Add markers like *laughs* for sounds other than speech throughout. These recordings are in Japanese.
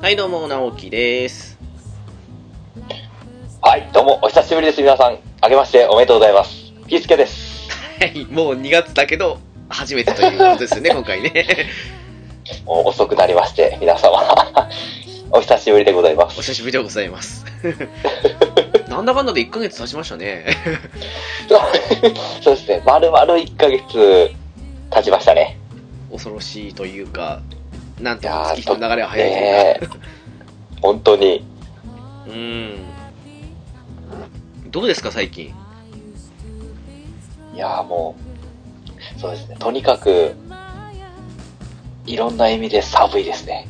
はい、どうも、直樹です。はい、どうも、お久しぶりです、皆さん。あけましておめでとうございます。ピースケです。はい、もう2月だけど、初めてということです *laughs* よね、今回ね。もう遅くなりまして、皆様。 *laughs* お久しぶりでございまおす。 *laughs* 久しぶりでござい *laughs* ます。なんだかんだで1ヶ月経ちましたね。そうですね、丸々1ヶ月経ちましたね。恐ろしいというか、なんといやもー月日の流れは早いねというか。え本当に。うん。どうですか、最近。いやーもう、そうですね、とにかく、いろんな意味で寒いですね。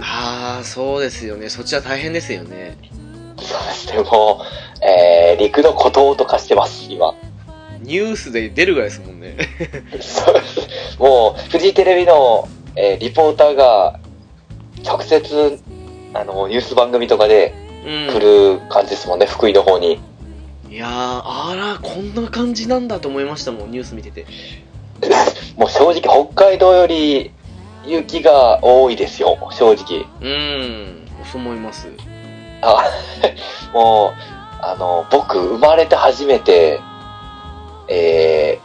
ああ、そうですよね。そっちは大変ですよね。そうですね、もう、えー、陸の孤島とかしてます、今。ニュースで出るぐらいですもんね。そうです *laughs* もう、フジテレビの、えーリポーターが、直接、あの、ニュース番組とかで来うる感じですもんね、福井の方に。 *laughs* ん。いやー、あら、こんな感じなんだと思いましたもん、ニュース見てて。もう正直、北海道より雪が多いですよ、正直。うん、そう思います。あ *laughs* もう、あの、僕、生まれて初めて、え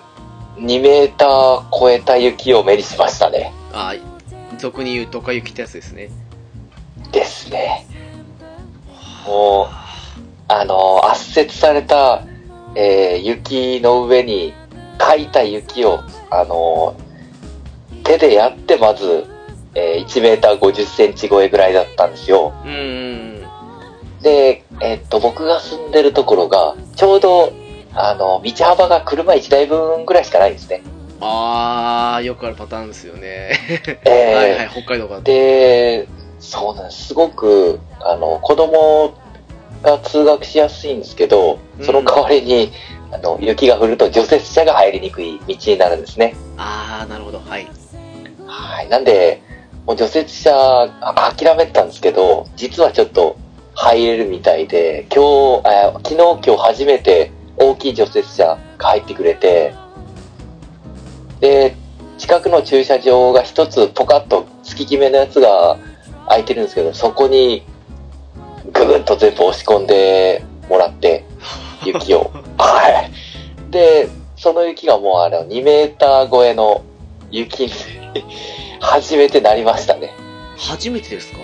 ー、2メーター超えた雪を目にしましたね。あ俗に言うドカ雪ってやつですねですね。もう、あの、圧雪された、えー雪の上に、かいた雪を、あの、手でやって、まず、えー1メーター50センチ超えぐらいだったんですよ。うんうんで、えっと、僕が住んでるところが、ちょうど、あの、道幅が車1台分ぐらいしかないんですね。ああよくあるパターンですよねえーはいはい北海道がで、そうなんです。すごく、あの、子供が通学しやすいんですけど、その代わりに、あの、雪が降ると除雪車が入りにくい道になるんですね。ああなるほどはいはい。なんで、もう除雪車、あ諦めてたんですけど、実はちょっと入れるみたいで、今日、あ昨日今日初めて大きい除雪車が入ってくれて、で、近くの駐車場が一つポカッと敷き決めのやつが空いてるんですけど、そこにぐぐんと全部押し込んでもらって、雪を。はい。で、その雪がもうあの2メーター超えの雪に初めてなりましたね。初めてですか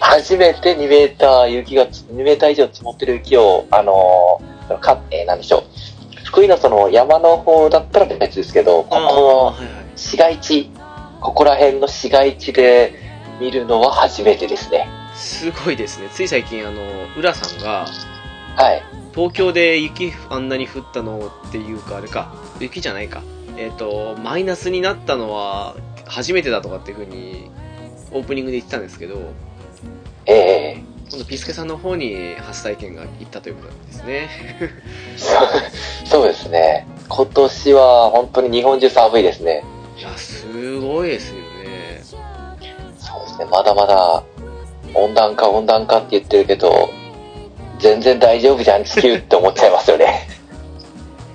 初めて2メーター雪がつ、2メーター以上積もってる雪を、あのーそのか、えーなんでしょう。福井のその山の方だったら別ですけど、ここのはいはい市街地、ここら辺の市街地で見るのは初めてですね。すごいですねつい最近あの浦さんがはい。東京で雪あんなに降ったのっていうかあれか雪じゃないかえっ、とマイナスになったのは初めてだとかっていうふうにオープニングで言ってたんですけどえー今度ピスケさんの方に初体験が行ったということなんですねそうそうですね。今年は本当に日本中寒いですね。いや、すごいですよね。そうですね。まだまだ温暖化温暖化って言ってるけど、全然大丈夫じゃん地球って思っちゃいますよね。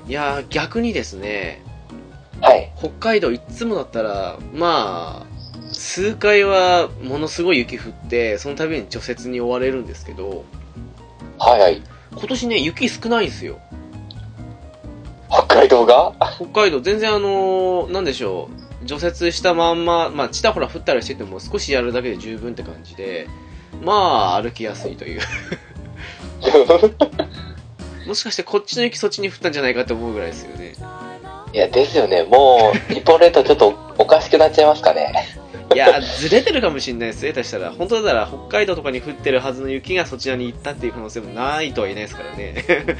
いや、逆にですね、はい。北海道いっつもだったら、まあ、数回はものすごい雪降って、その度に除雪に追われるんですけど、はいはい。今年ね、雪少ないんですよ。北海道が北海道全然あのーなんでしょう、除雪したまんま、まあ、ちたほら降ったりしてても少しやるだけで十分って感じで、まあ、歩きやすいという。もしかしてこっちの雪そっちに降ったんじゃないかって思うぐらいですよね。 *laughs* いや、ですよね。もう、日本列島ちょっとおかしくなっちゃいますかね。いや、ずれてるかもしれないです。下手したら。本当だったら、北海道とかに降ってるはずの雪がそちらに行ったっていう可能性もないとは言えないですからね。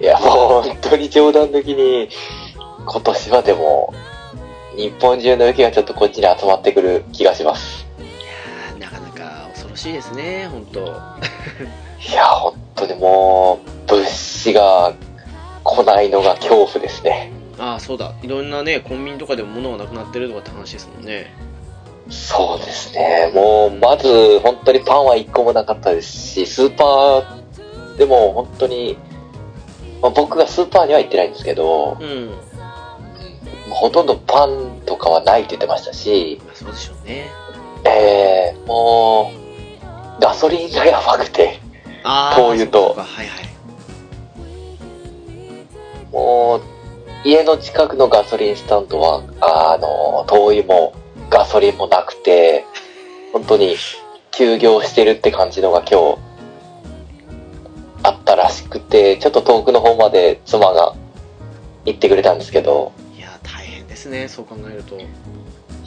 いや、もう本当に冗談的に、今年はでも、日本中の雪がちょっとこっちに集まってくる気がします。いやー、なかなか恐ろしいですね、本当いや、本当にもう、物資が来ないのが恐怖ですね。ああ、そうだ。いろんなね、コンビニとかでも物がなくなってるとかって話ですもんね。そうですね。もう、まず、本当にパンは一個もなかったですし、スーパーでも本当に、まあ僕がスーパーには行ってないんですけど、うん。まほとんどパンとかはないって言ってましたし、あ、そうでしょうね。えー、もう、ソリンがやばくて、ああ。灯油とそっかはいはい。もう、家の近くのガソリンスタンドは、あの、灯油もガソリンもなくて、本当に休業してるって感じのが今日、あったらしくて、ちょっと遠くの方まで妻が行ってくれたんですけど、いや、大変ですね、そう考えると。い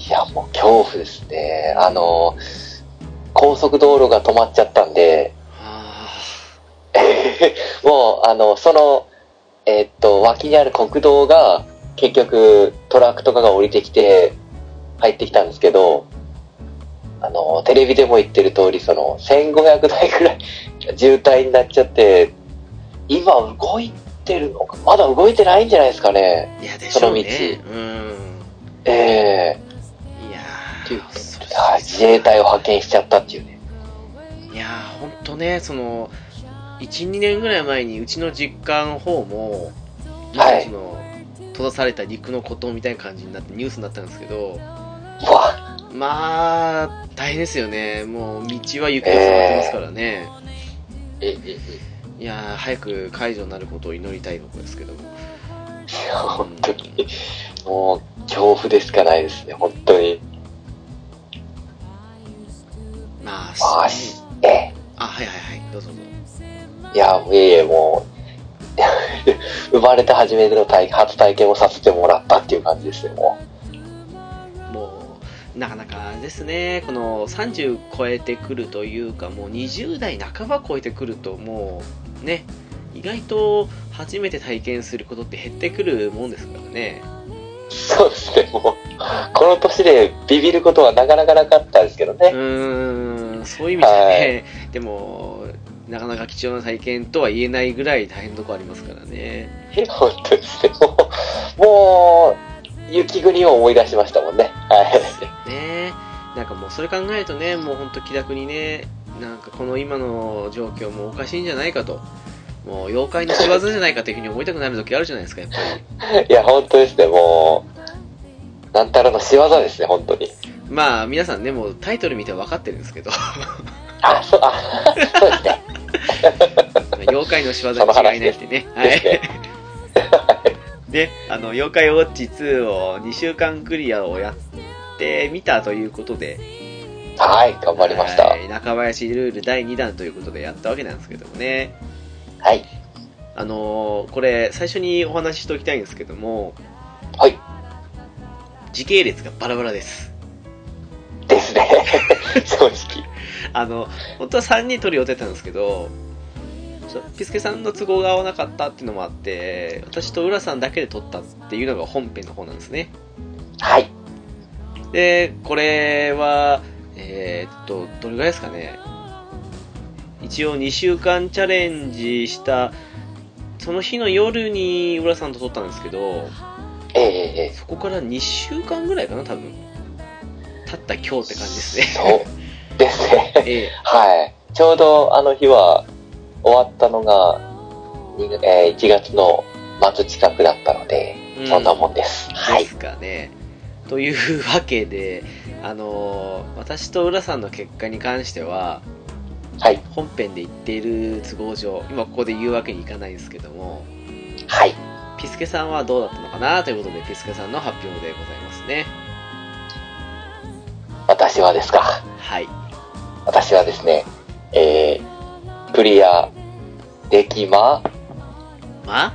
や、もう恐怖ですね。あの、高速道路が止まっちゃったんで、あもう、あの、その、えーっと、脇にある国道が、結局、トラックとかが降りてきて、入ってきたんですけど、あの、テレビでも言ってる通り、その、1500台くらい渋滞になっちゃって、今動いてるのか、まだ動いてないんじゃないですかね。あ。いや、でしょうね。そうん。ええいやというー、こと恐ろしいあー自衛隊を派遣しちゃったっていうね。いやー、ほんとね、その、1、2年ぐらい前に、うちの実家の方も、はいその、閉ざされた陸の孤島みたいな感じになって、ニュースになったんですけど、うわ、まあ、大変ですよね。もう、道は雪が積もってますからね。え、え、いやー、早く解除になることを祈りたいところですけども。いや、本当に、もう、恐怖でしかないですね、本当に。まあ、まあ、しそうええあ、はいはいはい、どうぞどうぞ。いや、いえいえ、もう、生まれて初めての体初体験をさせてもらったっていう感じですね、ももうなかなかですねこの30超えてくるというかもう20代半ば超えてくるともうね意外と初めて体験することって減ってくるもんですからねう。そうですね、もう、この年でビビることはなかなかなかったですけどうね。ーんそういう意味ではね、でもなかなか貴重な体験とは言えないぐらい大変なとこありますからね本当ですね、もう、もう、雪国を思い出しましたもんね。はい。ねなんかもうそれ考えるとねもうほんと気楽にねなんかこの今の状況もおかしいんじゃないかともう妖怪の仕業じゃないかというふうに思いたくなる時あるじゃないですかやっぱりいや、本当ですね、もう、なんたらの仕業ですね、本当に。まあ皆さんねもうタイトル見て分かってるんですけ *laughs* どあ、そう、あ、そうですね。妖怪の仕業に違いないってね *laughs* はですいね。であの妖怪ウォッチ2を2週間クリアをやってみたということではい、頑張りました。は。はいい中林ルール第2弾ということでやったわけなんですけどもねはい。あのーこれ最初にお話ししておきたいんですけども時系列がバラバラですですね。正直。あの本当は3人取る予定だったんですけどちょピスケさんの都合が合わなかったっていうのもあって私と浦さんだけで取ったっていうのが本編の方なんですねはい。で、これは、えーっと、どれぐらいですかね。一応2週間チャレンジした、その日の夜に浦さんと撮ったんですけど、ええええそこから2週間ぐらいかな、多分。経った今日って感じですね。そうですね。 *laughs* *laughs* ええはい。ちょうどあの日は終わったのが、にえー1月の末近くだったので、うそんなもんです。はでい。すかね。というわけで、あのー私と浦さんの結果に関しては、はい。本編で言っている都合上、今ここで言うわけにいかないんですけども、はい。ピスケさんはどうだったのかなということで、ピスケさんの発表でございますね。私はですか。はい。私はですね、えー、クリアできまま、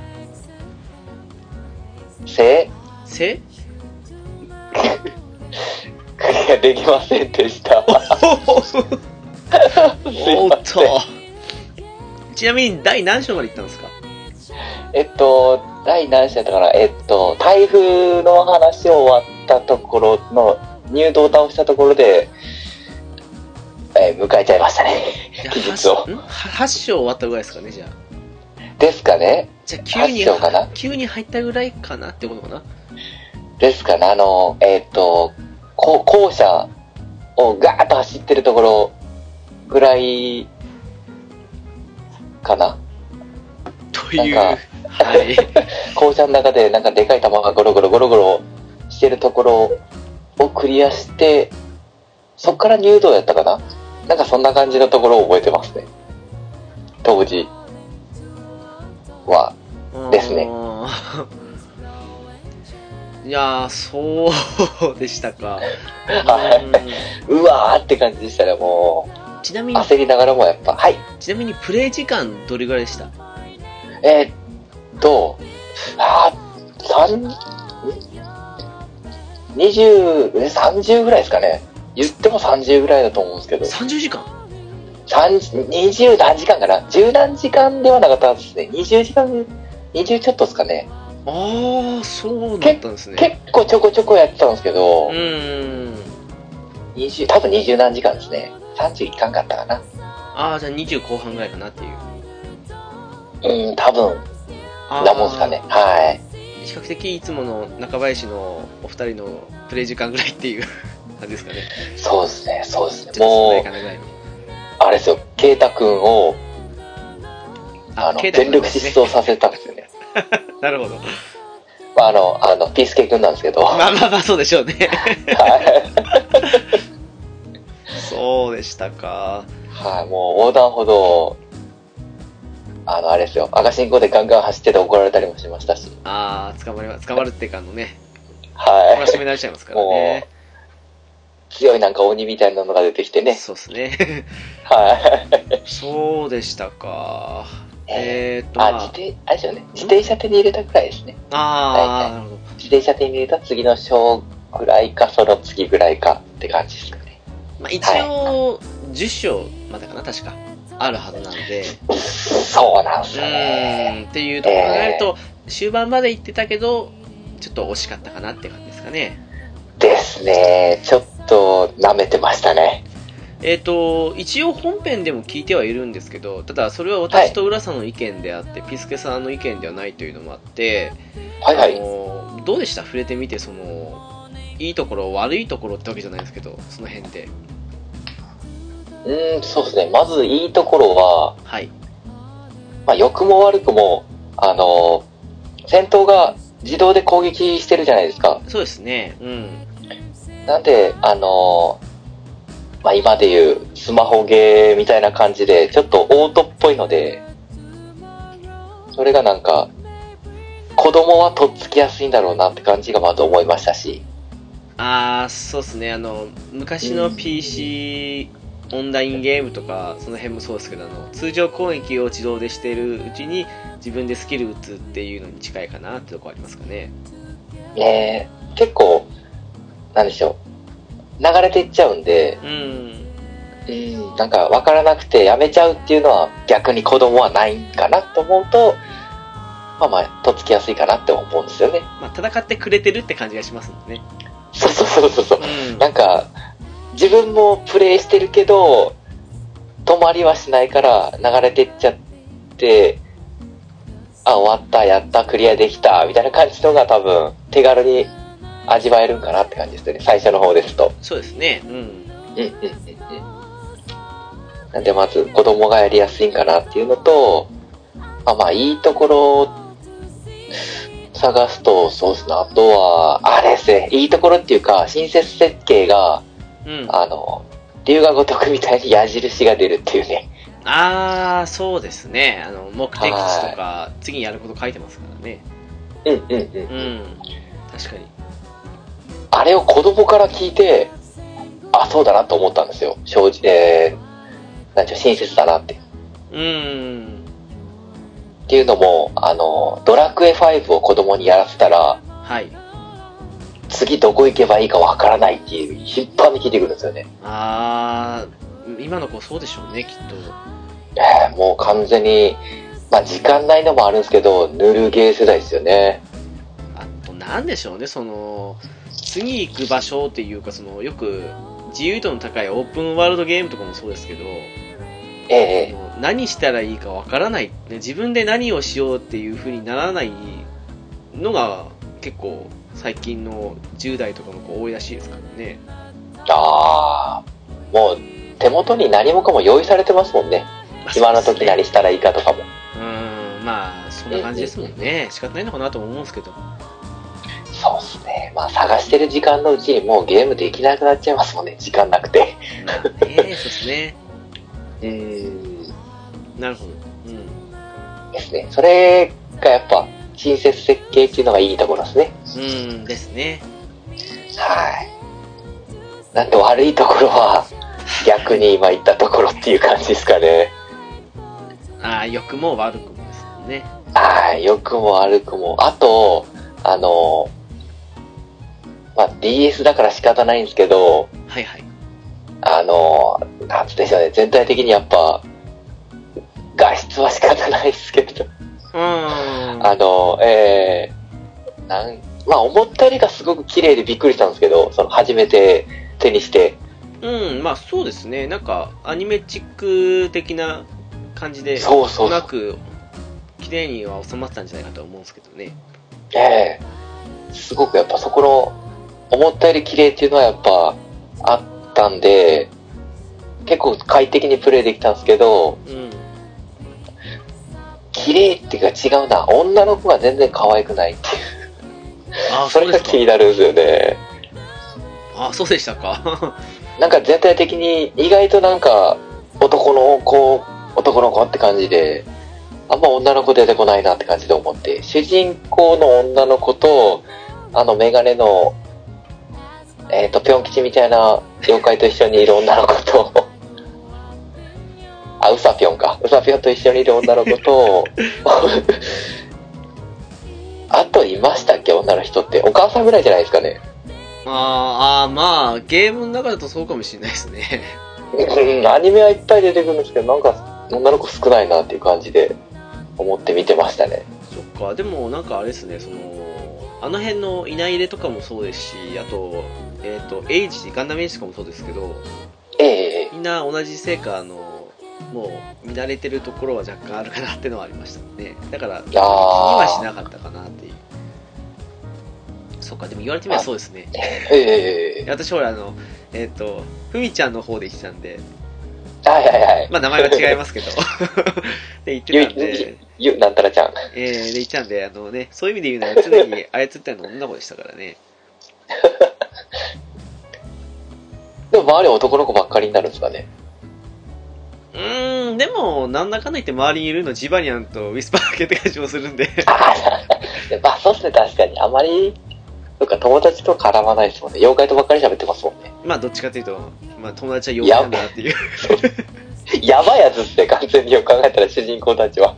せ、せ、 *laughs* クリアできません *laughs* でした。すいおまっせんと。ちなみに第何章まで行ったんですかえっと、第何章だったかな、えっと、台風の話を終わったところの、入道を倒したところで、えー迎えちゃいましたね。 *laughs* じゃ期日をあ、んは8章終わったぐらいですかね、じゃあ。ですかねじゃあ9に八章かな、 9に入ったぐらいかなってことかなですかねあの、えっと、こ校舎をガーッと走ってるところぐらい、かなという、なはんい。校舎の中でなんかでかい玉がゴロゴロゴロゴロしてるところをクリアして、そっから入道やったかななんかそんな感じのところを覚えてますね。当時は。ですねあ *laughs* ー。いやー、そうでしたか。 *laughs* はうわーって感じでしたね、もう。うんちなみに、焦りながらもやっぱ。はい。ちなみにプレイ時間どれぐらいでしたえーっと、あー、三、ん二十、え30ぐらいですかね。言っても30ぐらいだと思うんですけど。 ?30 時間30 20何時間かな ?10 何時間ではなかったですね。20時間、20ちょっとですかね。ああ、そうだったんですね。結構ちょこちょこやってたんですけどう、ーん。 20多分20何時間ですね。30いかんかったかな。ああ、じゃあ20後半ぐらいかなっていう。うん、多分、あーなもんですかね。はい。比較的いつもの中林のお二人のプレイ時間ぐらいっていう *laughs* 感じですかね。そうですね、そうですね。ちょっと少ないもかなぐらいの。う、あれですよ、ケイタくんを、あの、ケイタ全君の力ですね疾走させたんですよね。なるほど。まあ、あの、あの、ピースケくんなんですけど。まは *laughs* あまあまあ、そうでしょうね。い。はそうでしたか。い、もう横断歩道、あの、あれですよ、赤信号でガンガン走ってて怒られたりもしましたし。ああ、捕まりま、捕まるっていうか、あのね、懲らしはめられちゃいますからね。い。強いなんか鬼みたいなのが出てきてね。そうですね。 *laughs* はい。そうでしたか。えーっと、まあ、自あ、転、あれですよね。自転車手に入れたくらいですね。あー、なるほど。自転車手に入れた次の章ぐらいか、その次ぐらいかって感じですかね。まあ、一応、10章までかな、確か。あるはずなんで。そうなんでうすよね。ーん、っていうところを考えると、終盤まで行ってたけど、ちょっと惜しかったかなって感じですかね。ですね。ちょっと舐めてましたね。えっ、と、一応本編でも聞いてはいるんですけど、ただそれは私と浦さんの意見であって、ピスケさんの意見ではないというのもあって、はいはあい。のどうでした触れてみて、その、いいところ、悪いところってわけじゃないですけど、その辺で。うーん、そうですね。まずいいところは、はい。まあ、良くも悪くも、あの、戦闘が自動で攻撃してるじゃないですか。そうですね。うん。なんで、あのーまあ、今で言うスマホゲーみたいな感じで、ちょっとオートっぽいので、それがなんか、子供はとっつきやすいんだろうなって感じがまず思いましたし、あー、そうですね。あの、昔のうん PC オンラインゲームとか、その辺もそうですけど、あの、通常攻撃を自動でしているうちに、自分でスキル打つっていうのに近いかなってとこありますかね。ねえ結構、なんでしょう、流れていっちゃうんで、うん。うん、なんか分からなくてやめちゃうっていうのは逆に子供はないんかなと思うと、まあまあ、とっつきやすいかなって思うんですよね。まあ、戦ってくれてるって感じがしますもんね。そうそうそうそうそう。うん。なんか、自分もプレイしてるけど、止まりはしないから流れてっちゃって、あ、終わった、やった、クリアできた、みたいな感じのが多分、手軽に味わえるんかなって感じですよね。最初の方ですと。そうですね。うん。うんうんうんうん。なんでまず、子供がやりやすいんかなっていうのと、あまあ、いいところを探すと、そうですね。あとは、あれですね。いいところっていうか、親切設計が、うん。あの、龍が如くみたいに矢印が出るっていうね。あー、そうですね。あの、目的地とか、次にやること書いてますからね。うんうんう。うんん。確かに。あれを子供から聞いて、あ、そうだなと思ったんですよ。正直、えー、なんちゅう、親切だなって。っうん。ていうのも、あの、ドラクエ5を子供にやらせたら、はい。次どこ行けばいいかわからないっていう、頻繁に聞いてくるんですよね。あー、今の子そうでしょうね、きっと。えーもう完全に、まあ時間ないのもあるんですけど、ぬるゲー世代ですよね。あと、なんでしょうね、その、次行く場所っていうか、その、よく、自由度の高いオープンワールドゲームとかもそうですけど、ええもう何したらいいかわからない、ね自分で何をしようっていう風にならないのが、結構、最近の10代とかの子多いらしいですからね。ああ、もう手元に何もかも用意されてますもんね。暇の時何したらいいかとかも。うーんまあそんな感じですもんね仕方ないのかなとも思うんですけどそうっすね。まあ探してる時間のうちにもうゲームできなくなっちゃいますもんね。 *laughs* 時間なくて。まあ *laughs* ね、そうですね。うーん。なるほど。ですね。それがやっぱ、親切設計っていうのがいいところですね。うん。うんですね。はい。なんと悪いところ *laughs* は、逆に今言ったところっていう感じですかね。ああ、良くも悪くもですね。はい。良くも悪くも。あと、あの、まあ、DS だから仕方ないんですけど、はいはい。あの、なんつうんでしょうね。全体的にやっぱ、画質は仕方ないですけど。うーん。あの、えー、なん、まあ思ったよりがすごく綺麗でびっくりしたんですけど、その初めて手にして、うん、まあそうですね。なんか、アニメチック的な感じで、そうそうそうなく、綺麗には収まってたんじゃないかと思うんですけどね。ええすごくやっぱそこの、思ったより綺麗っていうのはやっぱあったんで、結構快適にプレイできたんですけど、うん。綺麗っていうか違うな、女の子が全然可愛くないっていう、ああ、そそれうでがすか気。になるんですよね。ああ、そうでしたか。 *laughs* なんか全体的に意外となんか男の子、男の子って感じで、あんま女の子出てこないなって感じで思って、主人公の女の子と、あのメガネの、えっ、と、ぴょん吉みたいな妖怪と一緒にいる女の子と、あ、うさぴょんか。うさぴょんと一緒にいる女の子と、あといましたっけ女の人って。お母さんぐらいじゃないですかね。まあ、ああまあ、ゲームの中だとそうかもしれないですね。うんアニメはいっぱい出てくるんですけど、なんか女の子少ないなっていう感じで思って見てましたね。そっか、でもなんかあれですね、その、あの辺のいない入れとかもそうですし、あと、えっ、と、エイジ、ガンダムエイジとかもそうですけど、ええみんな同じ成果の、もう見慣れてるところは若干あるかなってのはありましたね。だから、気にはしなかったかなっていう。そっか、でも言われてみればそうですね。えええ私ほら、あの、えっ、と、ふみちゃんの方で来たんで、はいはいはい。まあ名前は違いますけど、で言ってたんで、 *laughs* ゆ、ゆ、なんたらちゃん。えー、で言ったんで、あのね、そういう意味で言うのは常に操ってたの女の子でしたからね。でも周りは男の子ばっかりになるんですかね。うーん、でも、なんだかんだ言って周りにいるのジバニャンとウィスパー系って感じもするんで。 *laughs* ああ、まあそうっす *laughs* ね、確かに。あまり、なんか友達と絡まないですもんね。妖怪とばっかり喋ってますもんね。まあ、どっちかというと、まあ、友達は妖怪なんだなっていう。 *laughs* やばいやつっすね、完全によく考えたら主人公たちは。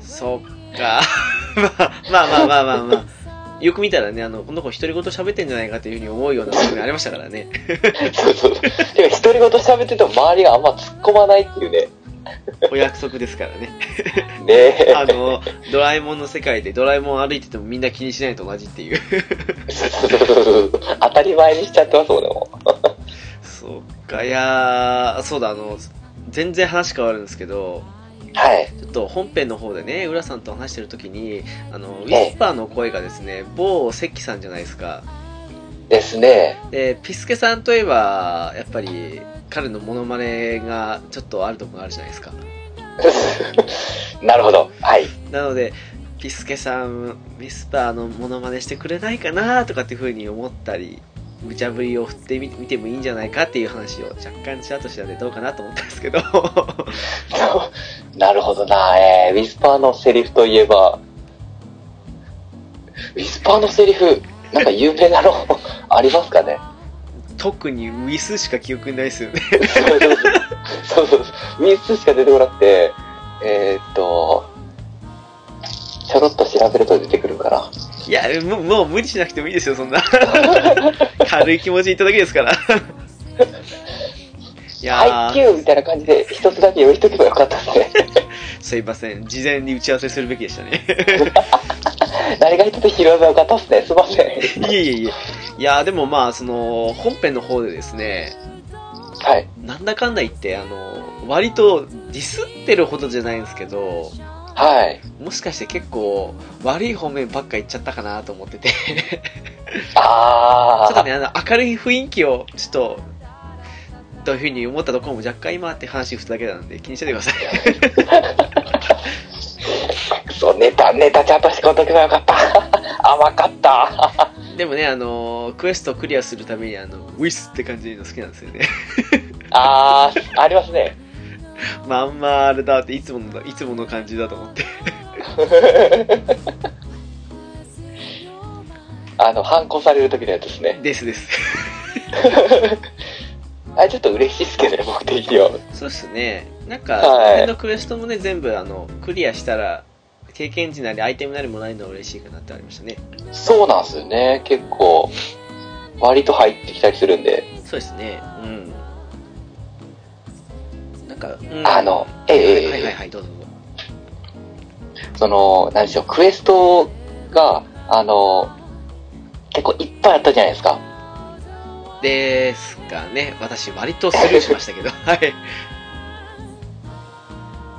そっか。 *laughs* まあまあまあまあまあまあ。よく見たらね、あの、この子一人ごと喋ってんじゃないかというふうに思うような部分ありましたからね。 *laughs* そうそうそう。でも独り言喋ってても周りがあんま突っ込まないっていう *laughs* ね。お約束ですからね。ね *laughs* え。あの、ドラえもんの世界でドラえもん歩いててもみんな気にしないと同じっていう。当たり前にしちゃってますもんね、もそっか、いやー、そうだ、あの、全然話変わるんですけど、う。はい。ちょっと本編の方でね、浦さんと話してる時に、あの、ウええィスパーの声がですね、某関さんじゃないですか。ですね。 *laughs* で、ピスケさんといえば、やっぱり、彼のモノマネがちょっとあるとこがあるじゃないですか。なるほど。はい。 *laughs* なので、ピスケさん、ウィスパーのモノマネしてくれないかなとかっていうふうに思ったり、無茶ぶりを振ってみ見てもいいんじゃないかっていう話を若干ちらっとしたんでどうかなと思ったんですけど。 *laughs* なるほどな。えー、ウィスパーのセリフといえば、ウィスパーのセリフ、なんか有名なの *laughs* ありますかね *laughs* 特にウィスしか記憶にないですよね。そうそうそう。そうそう。3つしか出てこなくて、えー、っと、ちょろっと調べると出てくるかな。いや、もうもう無理しなくてもいいですよ、そんな。軽い気持ちでいただけですから。いやー、 IQ みたいな感じで一つだけ用意しとけばよかったです *laughs* ね。すいません。事前に打ち合わせするべきでしたね。 *laughs* 何が一つ拾えばよかったですね。すいません。いえいえいえ。いやー、でもまあ、その、本編の方でですね、はい。なんだかんだ言って、あの、割とディスってるほどじゃないんですけど、はい。もしかして結構悪い方面ばっか言っちゃったかなと思ってて、ちょあっとね、あの、明るい雰囲気を、ちょっと、というふうに思ったところも若干今あって話振っただけなんで気にしててください。あ、そう、ネタ、ネタちゃんと仕事けばよかった。 *laughs* 甘かった。 *laughs* でもね、あのークエストクリアするために、あの、ウィスって感じの好きなんですよね。 *laughs* あー、ありますね。 *laughs* まあ、あんまあれだって、いつもの、いつもの感じだと思って。あの、反抗される時のやつですね。ですです。あれちょっと嬉しいですけどね、 *laughs* 僕的には。そうっすね。なんか、はいその辺のクエストもね、全部、あの、クリアしたら、経験値なりアイテムなりもらえるのは嬉しいかなってありましたね。そうなんですよね、結構。割と入ってきたりするんで。そうですね。うん。なんか、うん、あの、えはいええはえいはいはい、どうぞどうぞ。その、なんでしょう、クエストが、あの、結構いっぱいあったじゃないですか。ですかね。私、割とスルーしましたけど。 *laughs* はい。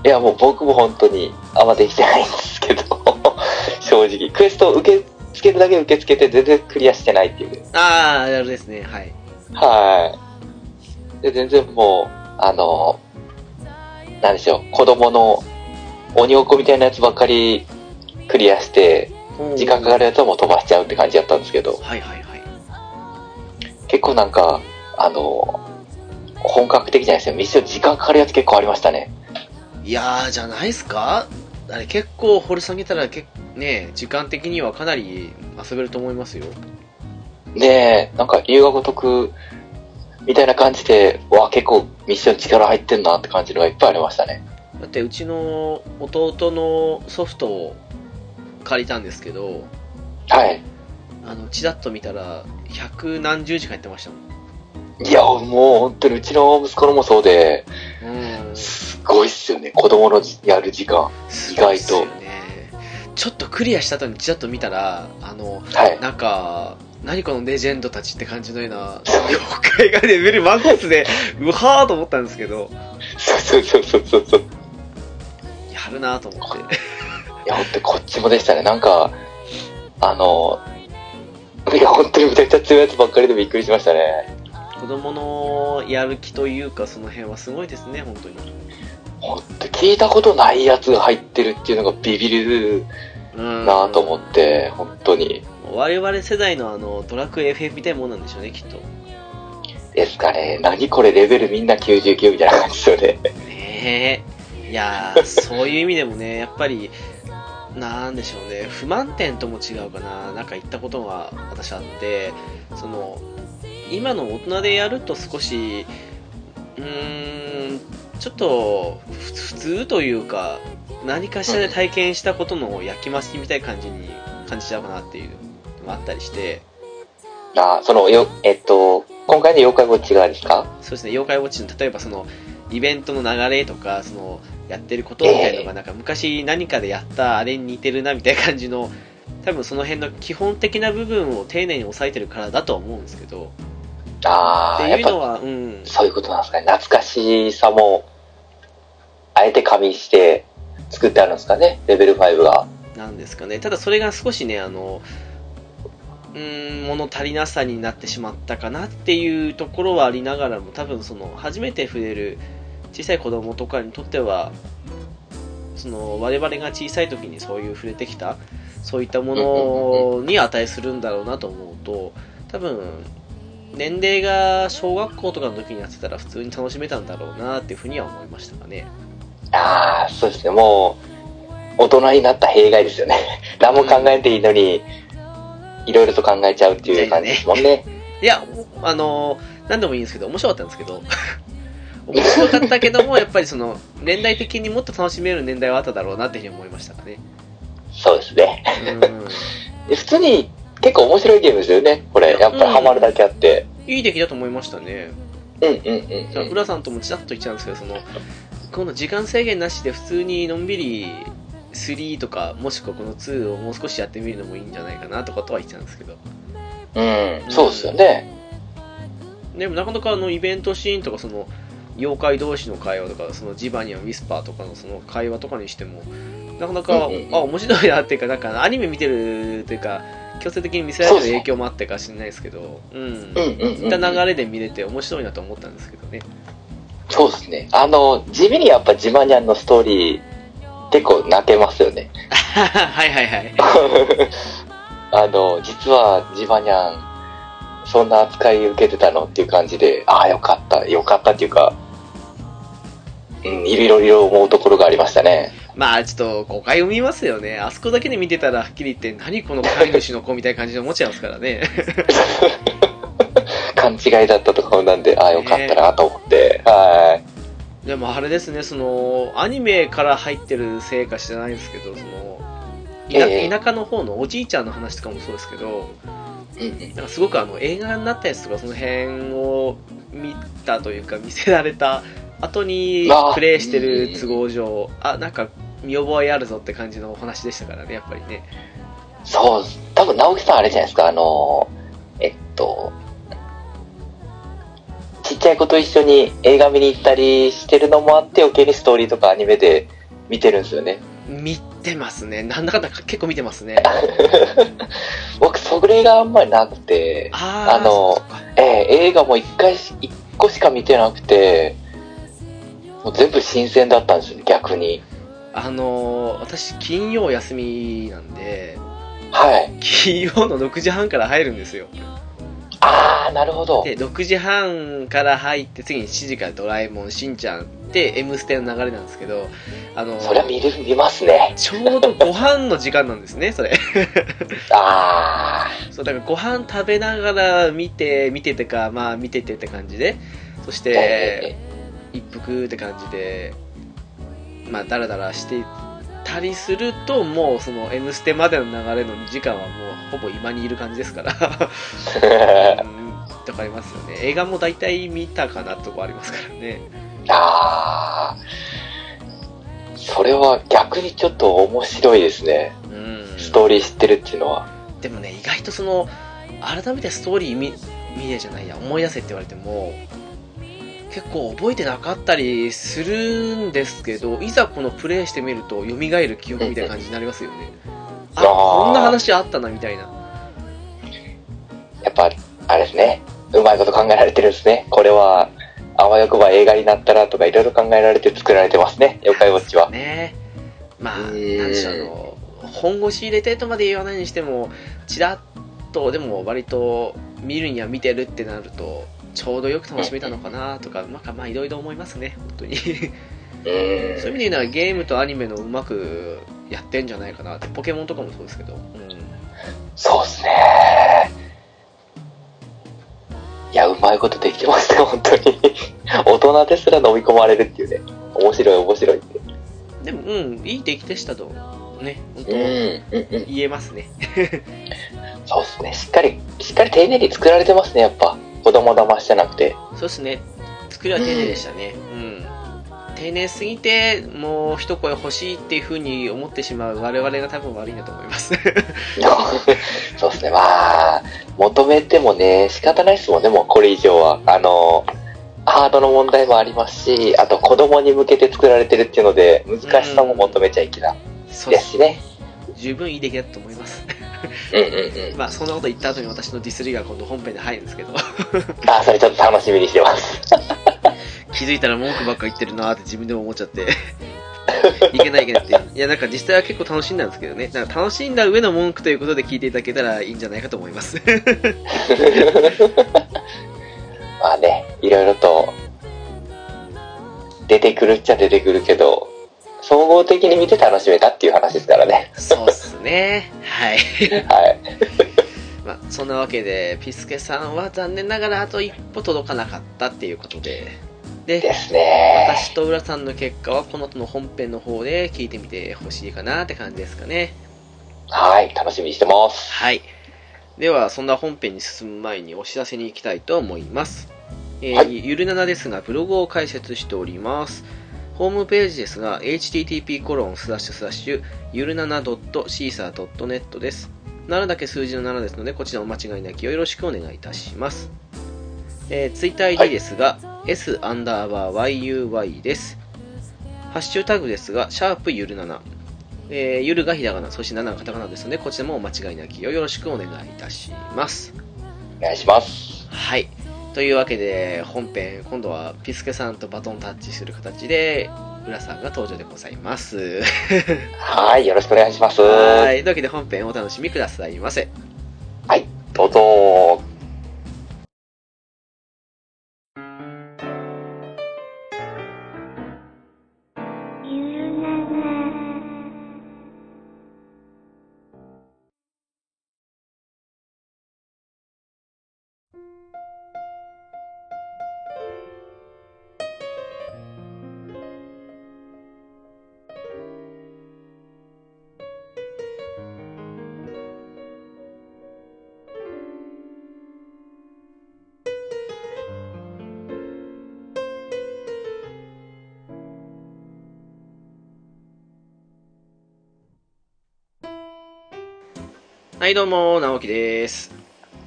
いや、もう僕も本当にあんまできてないんですけど、 *laughs* 正直。クエストを受け付けるだけ受け付けて全然クリアしてないっていう。あー、なるほどですね。はい。はい。で、全然もう、あの、なんでしょう、子供の鬼おこみたいなやつばっかりクリアして、時間かかる。るやつはもう飛ばしちゃうって感じだったんですけど、はいはいはい。結構なんか、あの、本格的じゃないですよ。ミッション時間かかるやつ結構ありましたね。いやー、じゃないですかあれ、結構掘り下げたら、けね、時間的にはかなり遊べると思いますよ。ねえ、なんか留学得みたいな感じで、わ、結構ミッション力入ってんなって感じのがいっぱいありましたね。だって、うちの弟のソフトを借りたんですけど、はい。あの、チラッと見たら、百何十時間やってましたもん。いや、もう本当にうちの息子のもそうで、うん。すごいっすよね。子供のやる時間。意意外とちょっとクリアした後にちらっと見たらあのはい。なんか何このレジェンドたちって感じのような妖怪がレベルマックスでうはーと思ったんですけどそうそうそうそうそう。いやるなと思ってや、本当にこっちもでしたね。なんか、あの、いや、本当にめちゃくちゃ強いやつばっかりでびっくりしましたね。子供のやる気というかその辺はすごいですね本当に本当聞いたことないやつが入ってるっていうのがビビるうんなぁと思って、本当に。我々世代のあのドラクエ FF みたいなもんなんでしょうねきっとですかね。何これレベルみんな99みたいな感じですよ *laughs* ね。ねえいやーそういう意味でもねやっぱりなんでしょうね不満点とも違うかななんか言ったことが私あってその今の大人でやると少しうーんちょっとふ普通というか何かしらで体験したことの焼き増しみたいな感じに感じちゃうかなっていうのがあったりしてあ、その、よ、えっと、今回の妖怪ウォッチがですかそうですね、妖怪ウォッチの例えばそのイベントの流れとか、そのやってることみたいのが、なんか昔何かでやったあれに似てるなみたいな感じの、多分その辺の基本的な部分を丁寧に押さえてるからだとは思うんですけど、っああ、てやいっうのぱ、は、うん、そういうことなんですかね。懐かしさも、あえて加味して作ってあるんですかね。レベル5が。なんですかね、ただそれが少しね、あのうーん物足りなさになってしまったかなっていうところはありながらも、多分その初めて触れる小さい子供とかにとっては、その我々が小さい時にそういう触れてきた、そういったものに値するんだろうなと思うと、多分年齢が小学校とかの時にやってたら普通に楽しめたんだろうなっていうふうには思いましたかね。ああ、そうですね。もう、大人になった弊害ですよね。 *laughs* 何も考えていいのに、いろいろと考えちゃうっていう感じですもんね。いや、あのー、何でもいいんですけど、面白かったんですけど、 *laughs* 面白かったけども、やっぱりその、年代的にもっと楽しめる年代はあっただろうなっていうふうに思いましたかね。そうですね。うで普通に、結構面白いゲームですよね。これ。やっぱりハマるだけあって。ん。いい出来だと思いましたね。うんうんうんうん。浦さんともちらっと言っちゃうんですけど、その、この時間制限なしで普通にのんびり、3とか、もしくはこの2をもう少しやってみるのもいいんじゃないかなとかとは言っちゃうんですけど。うん、そうですよね。でもなかなかあのイベントシーンとかその妖怪同士の会話とかそのジバニアンウィスパーとかのその会話とかにしてもなかなか、うんうんうんあ面白いなっていうかなんかアニメ見てるというか強制的に見せられてる影響もあってか知らないですけどうんうんうん、そういん。った流れで見れて面白いなと思ったんですけどねそうですね。あの、地味にやっぱジマニャンのストーリー、結構泣けますよね。はいはいはい *laughs* あの、実はジバニャン、そんな扱い受けてたのっていう感じで、ああ、よかった、よかったっていうか、うん、いろいろ思うところがありましたね。まあちょっと誤解を見ますよね。あそこだけで見てたらはっきり言って何この飼い主の子みたいな感じで思っちゃいますからね。勘違いだったとかもなんで、ああ、よかったなと思って、はでもあれですね、その、アニメから入ってるせいか知らないんですけど、その、田ええ田舎の方のおじいちゃんの話とかもそうですけど、い。うんうんなんかすごくあの映画になったやつとかその辺を見たというか見せられた後にあープレイしてる都合上あなんか見覚えあるぞって感じのお話でしたからねやっぱりねそう、多分直樹さんあれじゃないですか、あの、えっと、ちっちゃい子と一緒に映画見に行ったりしてるのもあって、余計にストーリーとかアニメで見てるんですよね。見てますねなんだかんだ結構見てますね僕、それがあんまりなくて、あーあのそっかそっかええ映画も一回し、一個しか見てなくて、もう全部新鮮だったんですよね、逆に。あのー私金曜休みなんではい。金曜の6時半から入るんですよあー、なるほど。で6時半から入って次に7時から「ドラえもん」「しんちゃん」って「M ステ」の流れなんですけどあのーそりゃ見る、見ますね。ちょうどご飯の時間なんですね、それ。 *laughs* あそう、だからご飯食べながら見て、見ててか、まあ見ててって感じで、そしー。て、一服って感じで、まあダラダラしてたりすると、もうその M ステまでの流れの時間はもうほぼ今にいる感じですから、 *laughs* *laughs* うん、とかありますよね。映画も大体見たかなってとこありますからね。あーそれは逆にちょっと面白いですね。うん。ストーリー知ってるっていうのは。でもね、意外とその、改めてストーリー見、見えじゃないや、思い出せって言われても、結構覚えてなかったりするんですけど、いざこのプレイしてみると、蘇る記憶みたいな感じになりますよね。あ、あーこんな話あったな、みたいな。やっぱ、あれですね。うまいこと考えられてるんですね。これは、あわよくば映画になったらとかいろいろ考えられて作られてますね。妖怪ウォッチは。ねまあ、うなんーんでしょう、あの、本腰入れてとまで言わないにしても、ちらっと、でも割と、見るには見てるってなると、ちょうどよく楽しめたのかなとか、なんかまあいろいろ思いますね、本当に。うーんそういう意味で言うならゲームとアニメのうまくやってんじゃないかなってポケモンとかもそうですけど、うん、そうですね。いや、うまいことできてますね、本当に。大人ですら飲み込まれるっていうね。面白い、面白いって。でもうんいい出来でしたとね本当ん、うん、うん。言えますねそうですね。しっかり、しっかり丁寧に作られてますね、やっぱ。子供騙しじゃなくて。 *laughs* そうですね作りは丁寧でしたねうん丁寧すぎてもう一声欲しいっていうふうに思ってしまう我々が多分悪いんだと思います *laughs* そうですね。まあ、求めてもね、仕方ないですもんね、もうこれ以上は。あの、ハードの問題もありますし、あと子供に向けて作られてるっていうので、難しさも求めちゃいけないそうでですすね。十分いい出来だと思いますうんうんうん。まあそんなこと言った後に私のディスリが今度本編で入るんです *laughs* けどあ、それちょっと楽しみにしてます。 *laughs* 気づいたら文句ばっか言ってるなーって自分でも思っちゃって。 *laughs* いけないいけないって。いや、なんか実際は結構楽しんだんですけどね。なんか楽しんだ上の文句ということで聞いていただけたらいいんじゃないかと思います。まあね、いろいろと、出てくるっちゃ出てくるけど、総合的に見て楽しめたっていう話ですからね。そうっすね。はい。はい。まあ、そんなわけで、ピスケさんは残念ながらあと一歩届かなかったっていうことで。でで、すね。私と浦さんの結果はこの後の本編の方で聞いてみてほしいかなって感じですかね。はい、楽しみにしてます。はい。では、そんな本編に進む前にお知らせに行きたいと思います。えーはいゆるななですが、ブログを開設しております。ホームページですが、http コロンスラッシュスラッシュゆるなな .caesar.net です。7だけ数字の7ですので、こちらお間違いなきをよろしくお願いいたします。えー、ツイッターは ID でいすが、s アンダーバー yuy です。ハッシュタグですが、シャープゆるなな。えーゆるがひらがな、そして7がカタカナですので、こちらもお間違いなきをよろしくお願いいたします。お願いします。はい。というわけで本編今度はピスケさんとバトンタッチする形で浦さんが登場でございますはい、よろしくお願いします。はいというわけで本編お楽しみくださいませどうぞ。はいどうも直樹です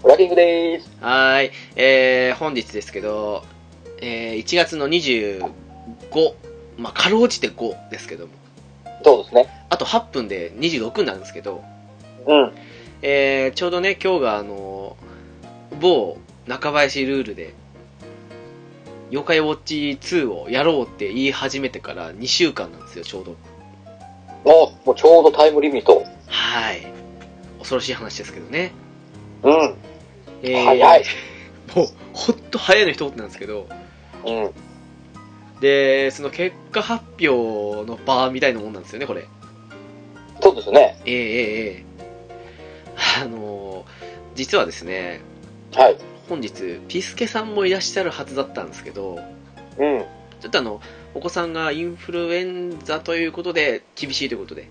ラキングでーす。はーいえー、本日ですけど、えー、1月の25まあかろうじて5ですけどもそうですね。あと8分で26になるんですけど、うん。えーちょうどね今日があの某中林ルールで「妖怪ウォッチ2」をやろうって言い始めてから2週間なんですよちょうどもう、もうちょうどタイムリミット。はい恐ろしい話ですけどね、うん。えー早いもうほんと早いの一言なんですけどうん。でその結果発表の場みたいなもんなんですよねこれそうですね。ええええええあの実はですねはい。本日ピスケさんもいらっしゃるはずだったんですけどうん。ちょっとあの、お子さんがインフルエンザということで、厳しいということで。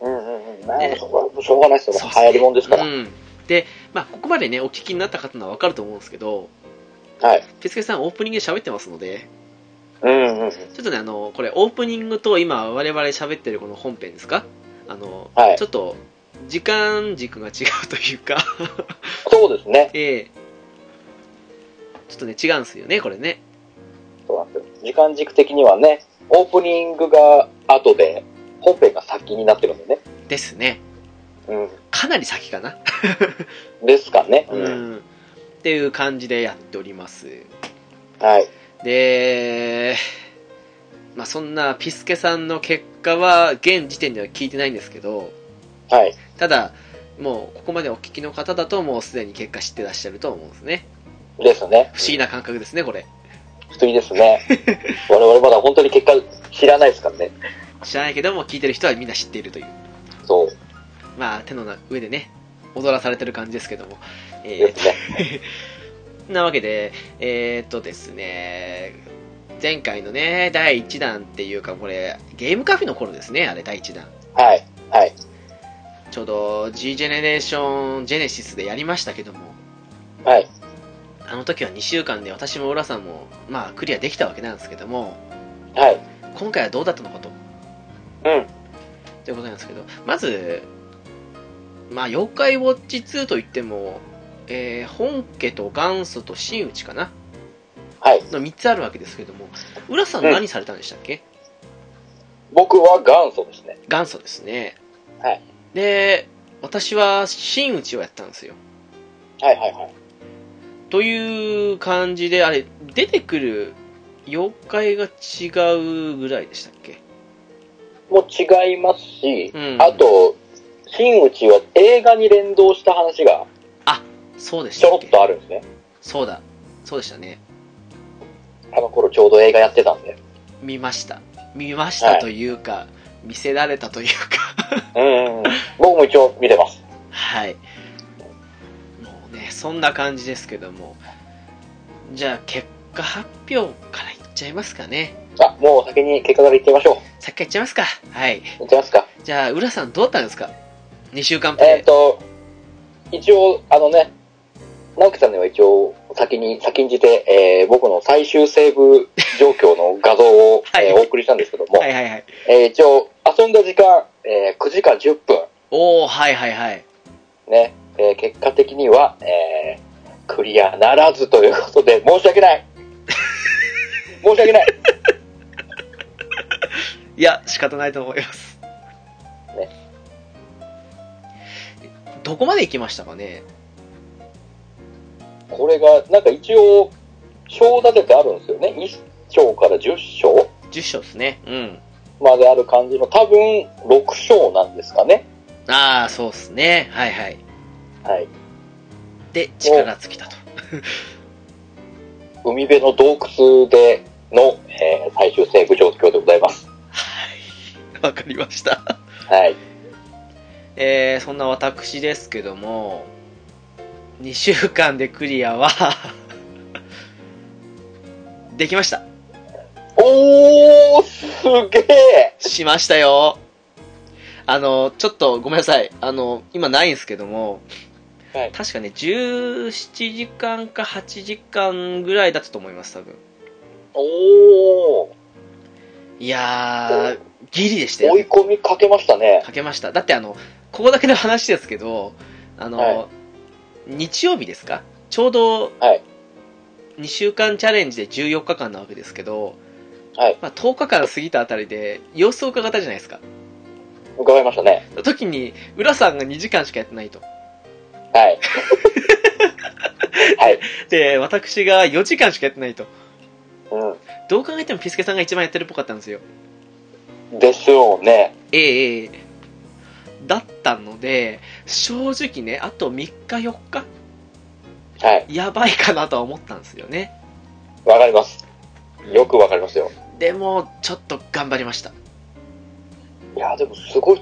うんうんうん。まねあ、そこはしょうがないですよ。そうですね流行りもんですから。うん。で、まあ、ここまでね、お聞きになった方のはわかると思うんですけど、はい。ピスケさんオープニングで喋ってますので、うんうんうん。ちょっとね、あの、これオープニングと今我々喋ってるこの本編ですかあの、はいちょっと、時間軸が違うというか、 *laughs* そうですね。ええちょっとね、違うんですよね、これね。そうなんですよ。時間軸的にはね、オープニングが後で、本編が先になってるんでね。ですね。うかなり先かな。ん。ですかね。うん。っていう感じでやっております。はい。で、まあ、そんなピスケさんの結果は現時点では聞いてないんですけどはい。ただもうここまでお聞きの方だともうすでに結果知ってらっしゃると思うんですねですね。不思議な感覚ですねこれ不思議ですね。我々まだ本当に結果知らないですからね。知らないけども聞いてる人はみんな知っているというそう。まあ手の上でね踊らされてる感じですけども、えですね。ー、なわけでえー、っとですね前回のね第1弾っていうかこれゲームカフェの頃ですねあれ第1弾はい。はい。ちょうど G ジェネレーションジェネシスでやりましたけども、はい。あの時は2週間で私も浦さんも、まあ、クリアできたわけなんですけども、はい。今回はどうだったのかと、うん。ということなんですけど、まず、まあ、妖怪ウォッチ2といっても、えー本家と元祖と真打ちかなはい。の3つあるわけですけども、浦さんうん何されたんでしたっけ、僕は元祖ですね。元祖ですね。はい。で、私は真打ちをやったんですよ。はいはいはい。という感じで、あれ、出てくる妖怪が違うぐらいでしたっけもう違いますし、うんあと、真打ちは映画に連動した話がそうでしちたょろっっけとあるんですね。そうだ。そうでしたね。あの頃ちょうど映画やってたんで。見ました。見ましたというか、見せられたというか。うん。僕も一応見てます。はい。もうね、そんな感じですけども。じゃあ、結果発表からいっちゃいますかね。あ、もう先に結果からいってみましょさっきからいっちゃいますか。はい。う。いってますか。じゃあ、浦さんどうだったんですか ?2 週間プレイえっ、と、一応、あのね、直樹さんには一応、先に、先んじて、えー僕の最終セーブ状況の画像 *laughs* を、はいえーお送りしたんですけども、はいはいはい。えー一応、遊んだ時間、えー9時間10分、おー、はいはいはい。ね、えー結果的には、えークリアならずということで、申し訳 *laughs* ない申し訳ないいや、仕方ないと思います。ねどこまで行きましたかねこれが、なんか一応、章立ててあるんですよね。1章から10章10章ですね。うん。まである感じの、多分6章なんですかね。ああ、そうですね。はいはい。はい。で、力尽きたと。海辺の洞窟での、えー最終セーブ状況でございます。はい。わかりました。はい。えーそんな私ですけども、2週間でクリアは、できました。おー、すげえしましたよ。あの、ちょっとごめんなさい。あの、今ないんですけども、はい確かね、17時間か8時間ぐらいだったと思います、多分。おー、いやー、ギリでしたよ追い。込みかけましたね。かけました。だってあの、ここだけの話ですけど、あの、はい日曜日ですかちょうど、はい2週間チャレンジで14日間なわけですけど、はいまあ、10日間過ぎたあたりで様子を伺ったじゃないですか。伺いましたね。時に、浦さんが2時間しかやってないと。はい。で、私が4時間しかやってないと。うどう考えてもピスケさんが一番やってるっぽかったんですよ。ん。でしょうね。ええええだったので、正直ね、あと3日4日、はい。やばいかなとは思ったんですよね。わかります。よくわかりますよ。でも、ちょっと頑張りました。いや、でもすごい、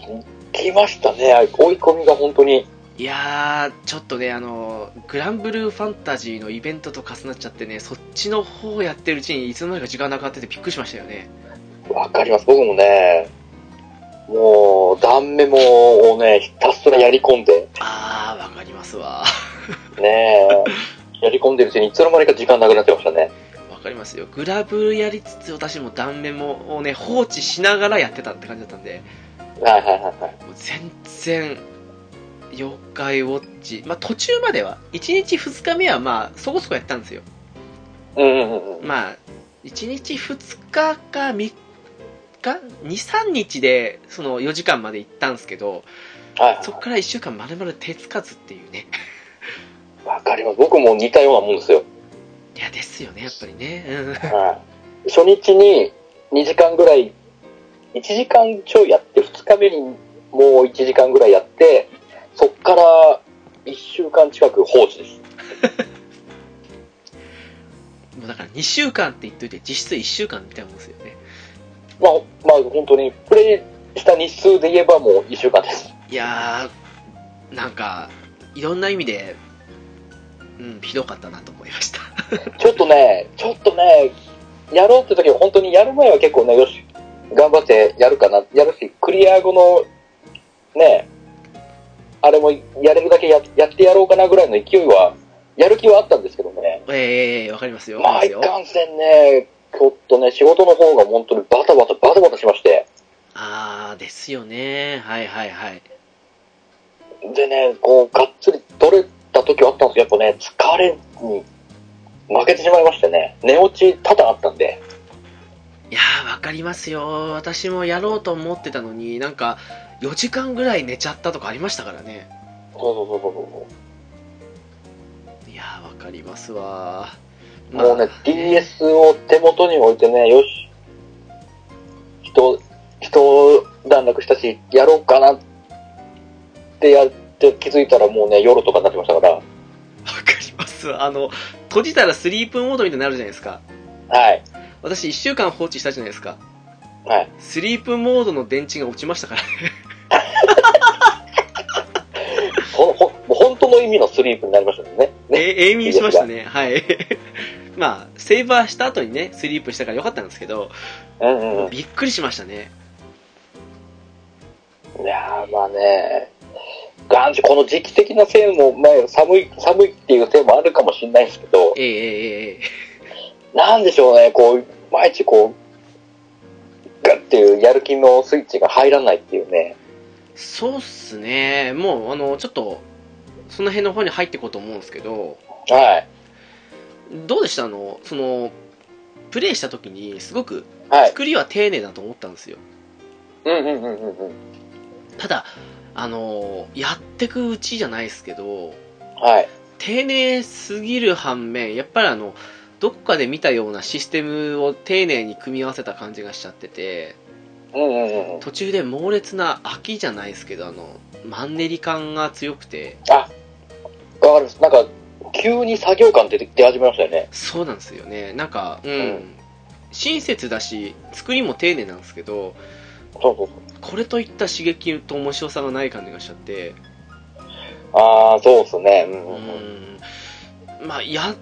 来ましたね。追い込みが本当に。いやー、ちょっとね、あの、グランブルーファンタジーのイベントと重なっちゃってね、そっちの方をやってるうちにいつの間にか時間なくなっててびっくりしましたよね。わかります。僕もね、もう、断メモをね、ひたすらやり込んで、あー、わかりますわ。ねえ、やり込んでるうちにいつの間にか時間なくなってましたね。わかりますよ。グラブルやりつつ、私も断面もをね、放置しながらやってたって感じだったんで、はいはいはいはい。もう全然、妖怪ウォッチ、まあ途中までは、1日2日目はまあ、そこそこやったんですよ。うんうんうんうん。まあ、1日2日か3日 ?2、3日で、その4時間まで行ったんですけど、はいそこはから1週間まるまる手つかずっていうね。い。わかります。僕も似たようなもんですよ。いや、ですよね、やっぱりね。うんはい。初日に2時間ぐらい、1時間ちょいやって、2日目にもう1時間ぐらいやって、そっから1週間近く放置です。もうだから2週間って言っといて、実質1週間みたいなもんですよね。まあ、まあ本当に、プレイした日数で言えばもう1週間です。いやー、なんか、いろんな意味で、うん、ひどかったなと思いました。ちょっとね、ちょっとね、やろうって時は本当にやる前は結構ね、よし、頑張ってやるかな、やるし、クリア後の、ね、あれもやれるだけややってやろうかなぐらいの勢いは、やる気はあったんですけどね、ええわかりますよ。わかまありいますよ。かんせんね、ちょっとね、仕事の方が本当にバタバタバタバタしまして、あー、ですよね。はいはいはい。でね、こう、がっつり取れた時はあったんですけど、やっぱね、疲れに負けてしまいましてね、寝落ち多々あったんで、いやー、わかりますよ。私もやろうと思ってたのに、なんか、4時間ぐらい寝ちゃったとかありましたからね。そうそうそうそうそう。いやー、わかりますわ。まあもうね、DS を手元に置いてね、よし、人、人段落したし、やろうかなってやって気づいたらもうね、夜とかになってましたから、わかりますわ。あの、閉じたらスリープモードみたいになるじゃないですか。はい、私1週間放置したじゃないですか。はい。スリープモードの電池が落ちましたからほ、ほ、もう本当の意味のスリープになりましたね。ね。え、永眠しましたね。はい。 *laughs* まあ、セーバーした後にね、スリープしたから良かったんですけど、うんうんうびっくりしましたね。ん。いやー、まあね、ガンジ、この時期的なせいも、まあ、寒い、寒いっていうせいもあるかもしれないですけど、えええええなんでしょうね、こう、毎日こう、ガッていうやる気のスイッチが入らないっていうね。えそうっすね。もう、あの、ちょっと、その辺の方に入っていこうと思うんですけど、はい。どうでしたあの、その、プレイした時に、すごく、はい。作りは丁寧だと思ったんですよ。うんうんうんうんうん。ただ、あの、やってくうちじゃないですけど、はい。丁寧すぎる反面やっぱりあのどこかで見たようなシステムを丁寧に組み合わせた感じがしちゃっててうんうんうんうん。途中で猛烈な秋じゃないですけどあのマンネリ感が強くてわかります。なんか、急に作業感出て出始めましたよね。そうなんですよねなんかうん、うん親切だし作りも丁寧なんですけどそうそうそう。これといった刺激と面白さがない感じがしちゃってああ、そうっすね。ううんうんうん。んまあや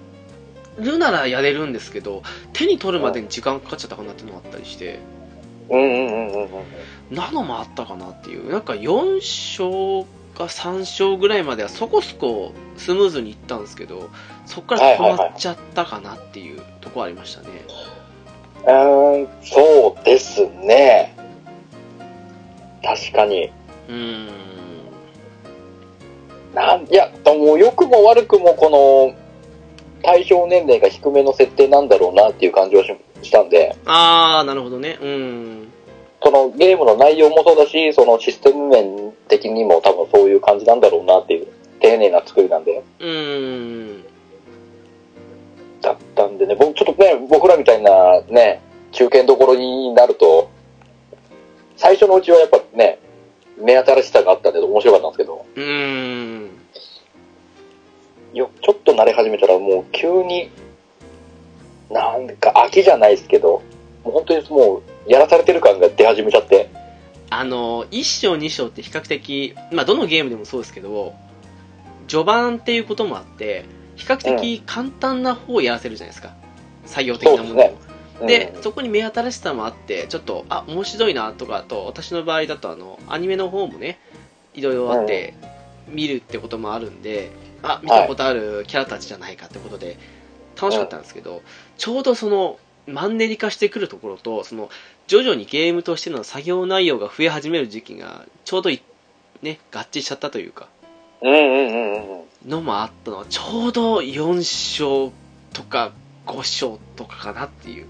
るならやれるんですけど手に取るまでに時間かかっちゃったかなっていうのがあったりしてうんうんうんうんうん。なのもあったかなっていうなんか4章か3章ぐらいまではそこそこスムーズにいったんですけどそこから止まっちゃったかなっていうところありましたね、うーん、そうですね。確かに。うんなん、いや、でも良くも悪くもこの、対象年齢が低めの設定なんだろうなっていう感じはししたんで、ああなるほどねうんそのゲームの内容もそうだし、そのシステム面的にも多分そういう感じなんだろうなっていう、丁寧な作りなんで、うんだったんでね、僕、ちょっとね、僕らみたいなね、中堅どころになると、最初のうちはやっぱね、目新しさがあったんで面白かったんですけど、うんよちょっと慣れ始めたらもう急になんか飽きじゃないですけどもう本当にもうやらされてる感が出始めちゃってあの1章2章って比較的、まあ、どのゲームでもそうですけど序盤っていうこともあって比較的簡単な方をやらせるじゃないですか、採用的なものをそうですねうんでそこに目新しさもあってちょっとあ面白いなとかあと私の場合だとあのアニメの方もねいろいろあって、見るってこともあるんであ見たことあるキャラたちじゃないかってことで楽しかったんですけど、ちょうどそのマンネリ化してくるところとその徐々にゲームとしての作業内容が増え始める時期がちょうどいね合致しちゃったというかうんうんうんうんうんのもあったのはちょうど4章とか5章とかかなっていう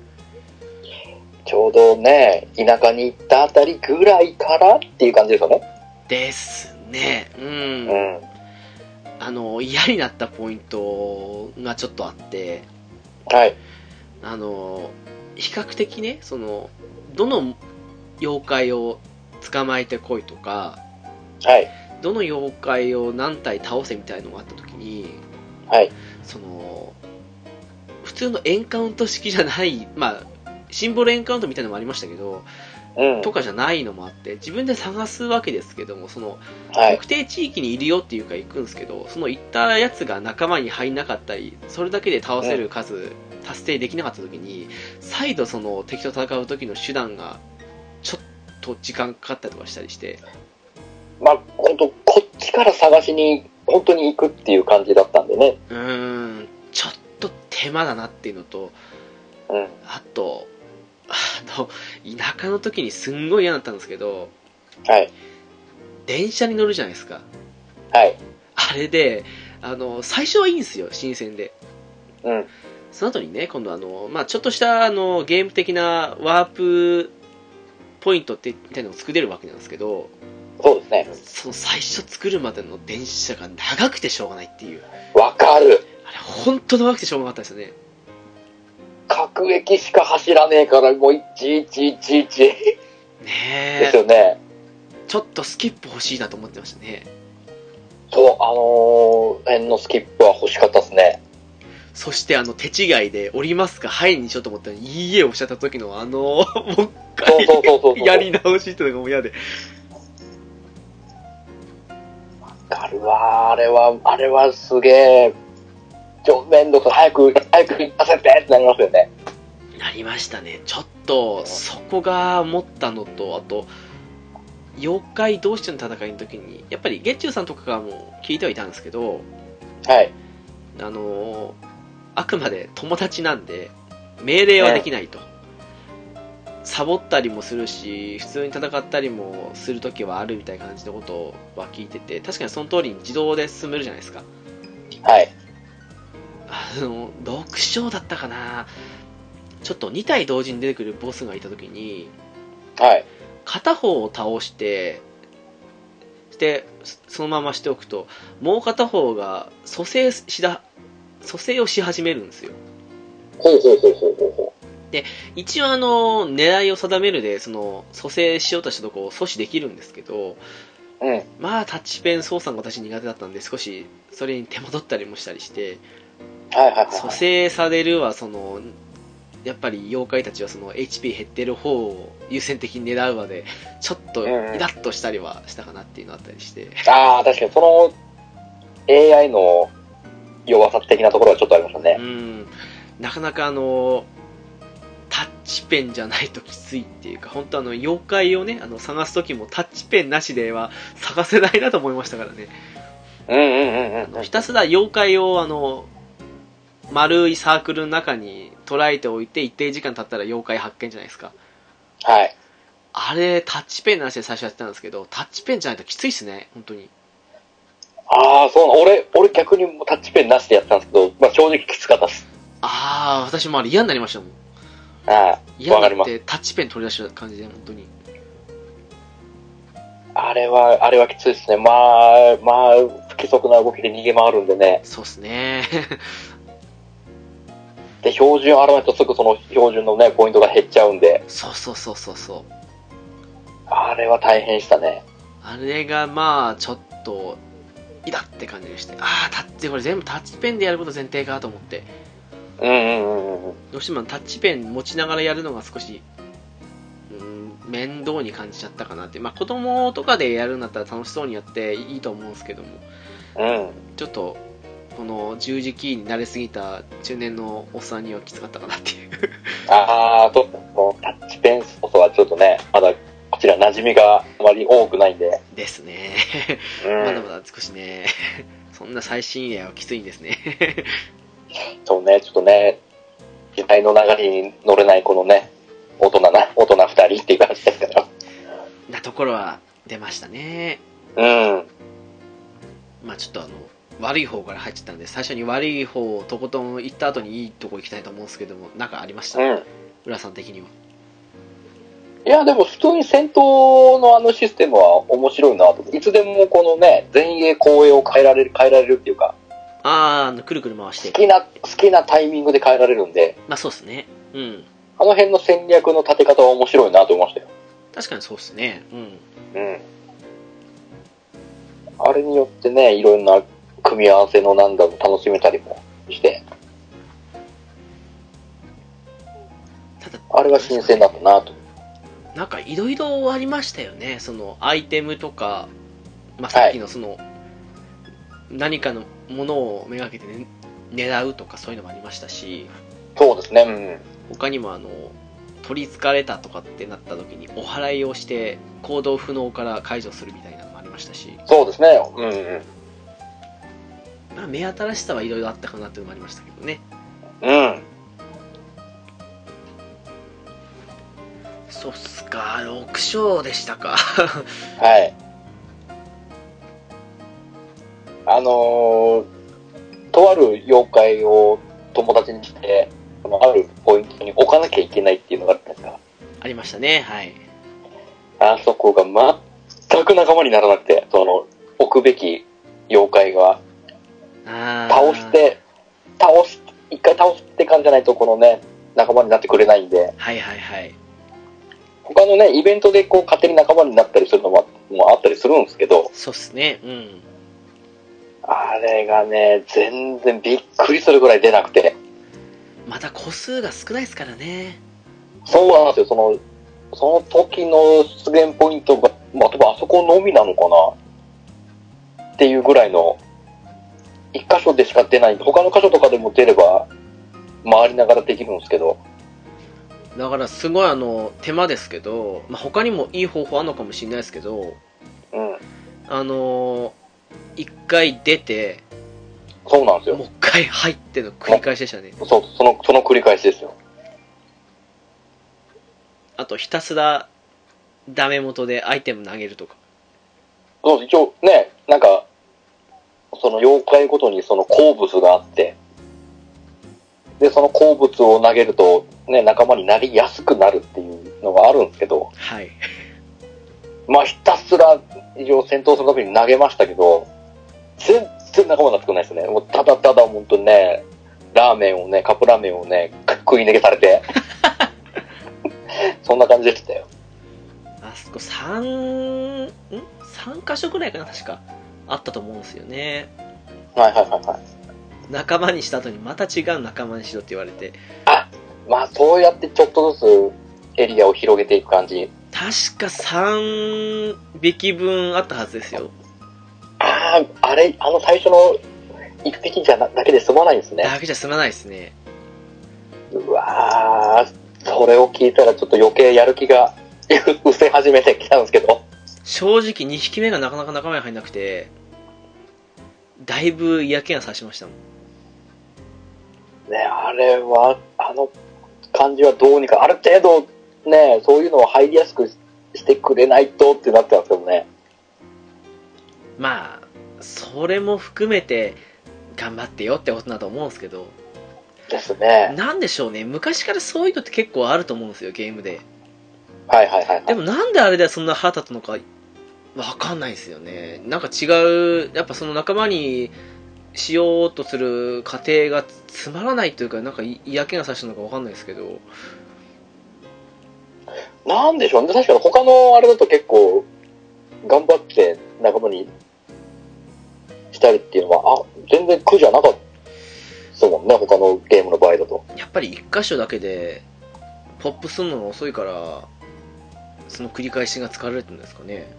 ちょうどね田舎に行ったあたりぐらいからっていう感じですよねですねううんん、あの嫌になったポイントがちょっとあってはいあの比較的ねそのどの妖怪を捕まえてこいとかはいどの妖怪を何体倒せみたいのがあった時にはいその普通のエンカウント式じゃないまあシンボルエンカウントみたいなのもありましたけど、うんとかじゃないのもあって自分で探すわけですけどもそのはい特定地域にいるよっていうか行くんですけどその行ったやつが仲間に入んなかったりそれだけで倒せる数、達成できなかった時に再度その敵と戦う時の手段がちょっと時間かかったりとかしたりしてまあ本当こっちから探しに本当に行くっていう感じだったんでねうーんちょっと手間だなっていうのとうんあとあの田舎の時にすんごい嫌だったんですけどはい電車に乗るじゃないですかはいあれであの最初はいいんですよ新鮮でうんその後にね、今度あの、まあ、ちょっとしたあのゲーム的なワープポイントってみたいなのを作れるわけなんですけど、そうですねその最初作るまでの電車が長くてしょうがないっていう、あわかるれ、本当長くてしょうがなかったですよね。各駅しか走らねえからもういちいちいちいちでねすえ、よね。ちょっとスキップ欲しいなと思ってましたね。そう、あのー、辺のスキップは欲しかったですね。そしてあの手違いで降りますか、はいにしようと思ったら、いいえをおっしゃった時のあの、もう一そうそう回そうそうそう。 *laughs* やり直しっていうのがもう嫌で、わかるわ、あれは、あれはすげえ、ちょ、めんどくさい、早く、早く行かせてってなりますよね。なりましたねちょっとそこが思ったのとあと妖怪同士の戦いの時にやっぱり月中さんとかがもう聞いてはいたんですけどはい。あのーあくまで友達なんで命令はできないと、サボったりもするし普通に戦ったりもする時はあるみたいな感じのことは聞いてて確かにその通りに自動で進めるじゃないですかはい。あの6章だったかなちょっと2体同時に出てくるボスがいた時にはい。片方を倒してってそそのまましておくともう片方が蘇生しだ蘇生をし始めるんですよほうほうほうほうほうほ一応あの狙いを定めるでその蘇生しようとしたとこを阻止できるんですけどう。うん。まあタッチペン操作が私苦手だったんで少しそれに手間取ったりもしたりしてはいはいはい蘇はい。生されるはそのやっぱり妖怪たちはその HP 減ってる方を優先的に狙うまでちょっとイうんうんラッとしたりはしたかなっていうのあったりしてああ、確かにその AI の弱さ的なところはちょっとありましたうね。んなかなかあのタッチペンじゃないときついっていうか本当あの妖怪をねあの探す時もタッチペンなしでは探せないなと思いましたからねうんうんうんうんうん。ひたすら妖怪をあの丸いサークルの中に捉えておいて一定時間経ったら妖怪発見じゃないですかはい。あれタッチペンなしで最初やってたんですけどタッチペンじゃないときついっすね本当にああ、そうなの俺、俺逆にもうタッチペンなしでやってたんですけど、まあ正直きつかったっす。ああ私もあれ嫌になりましたもんはい。嫌にわかりなっまてタッチペン取り出した感じで本当にあれは、あれはきついですね。まあ、まあ、不規則な動きで逃げ回るんでね。そうっすね *laughs* で、標準現れたすぐその標準のね、ポイントが減っちゃうんで、そうそうそうそうそうあれは大変したね。あれがまあちょっとイラって感じでしてああタッチこれ全部タッチペンでやること前提かと思ってうんうんうんうん。どうしてもタッチペン持ちながらやるのが少し、うん、面倒に感じちゃったかなって、まあ、子供とかでやるんだったら楽しそうにやっていいと思うんですけどもうん。ちょっとこの十字キーに慣れすぎた中年のおっさんにはきつかったかなっていう *laughs* ああ、と、このタッチペンこそはちょっとね、まだこちら馴染みがあまり多くないんで。ですねうまだまん。だ少しね *laughs* そんな最新鋭はきついんですね *laughs* そうね、ちょっとね、時代の流れに乗れないこのね、大人な、大人二人っていう感じですから。なところは出ましたねうん。まあちょっとあの悪い方から入っちゃったんで最初に悪い方をとことん行った後にいいとこ行きたいと思うんですけどもなんかありました、うん。浦さん的にはいや、でも普通に戦闘のあのシステムは面白いなと。いつでもこのね、前衛後衛を変えられる、変えられるっていうか、あーあのくるくる回し好てきな、好きなタイミングで変えられるんで、まあそうっすねうんあの辺の戦略の立て方は面白いなと思いましたよ。確かにそうっすねうんうん。あれによってね、いろんな組み合わせのなんだも楽しめたりもして、ただあれは新鮮だったなと。なんかいろいろありましたよねそのアイテムとか、まあ、さっきのその、何かのものをめがけて、ね、狙うとかそういうのもありましたしそうですね、うん。他にもあの取りつかれたとかってなった時にお祓いをして行動不能から解除するみたいなのもありましたし、そうですね、うん、うん。まあ、目新しさはいろいろあったかなっていうのもありましたけどねうん。そうっすか6章でしたかはい。あのーとある妖怪を友達にして、そのあるポイントに置かなきゃいけないっていうのがあったんですが、 *laughs* ありましたねはいあそこが全く仲間にならなくて、その、置くべき妖怪があー倒して、倒し、一回倒して感じゃないと、このね、仲間になってくれないんで、はいはいはい他のね、イベントでこう、勝手に仲間になったりするのももあったりするんですけど、そうっすねうんあれがね、全然びっくりするぐらい出なくて、また個数が少ないですからねそうなんですよ、その、その時の出現ポイントが、まあ、例えばあそこのみなのかなっていうぐらいの、一箇所でしか出ない、他の箇所とかでも出れば、回りながらできるんですけど、だからすごいあの手間ですけど、まあ、他にもいい方法あるのかもしれないですけどうん、あのー、1回出てそうなんですもよう。1回入っての繰り返しでしたねそう、その、その繰り返しですよ。あとひたすらダメ元でアイテム投げるとかそう、一応ね、なんか、その妖怪ごとにその鉱物があって、で、その鉱物を投げると、ね、仲間になりやすくなるっていうのがあるんですけど、はいまあ、ひたすら以上戦闘するために投げましたけど、全然仲間になってくれないですね。もうただただ本当にね、ラーメンをね、カップラーメンをね、食い逃げされて。 *laughs* そんな感じでしたよ。あそこ3ん3箇所ぐらいかな確かあったと思うんですよねはいはいはいはい。仲間にした後にまた違う仲間にしろって言われてまあそうやってちょっとずつエリアを広げていく感じ。確か3匹分あったはずですよああ、あれ、あの最初の一匹じゃなだけで済まないんですね。だけじゃ済まないですねうわー、それを聞いたらちょっと余計やる気が *laughs* 失せ始めてきたんですけど。正直2匹目がなかなか仲間に入んなくてだいぶ嫌気がさしましたもんね、あれは、あの感じはどうにか、ある程度ね、そういうのを入りやすくしてくれないとってなってたんですけどね。まあそれも含めて頑張ってよってことだと思うんですけどですね。なんでしょうね昔からそういうのって結構あると思うんですよゲームではいはいはい、はでい。もなんであれでそんな腹立ったのかわかんないですよねなんか違うやっぱその仲間にしようとする過程がつまらないというかなんかい嫌気がさしたのかわかんないですけどなんでしょうね。確かに他のあれだと結構、頑張って仲間にしたりっていうのは、あ、全然苦じゃなかった。そうもんね、他のゲームの場合だと。やっぱり1箇所だけでポップするのが遅いからその繰り返しが疲れてるんですかね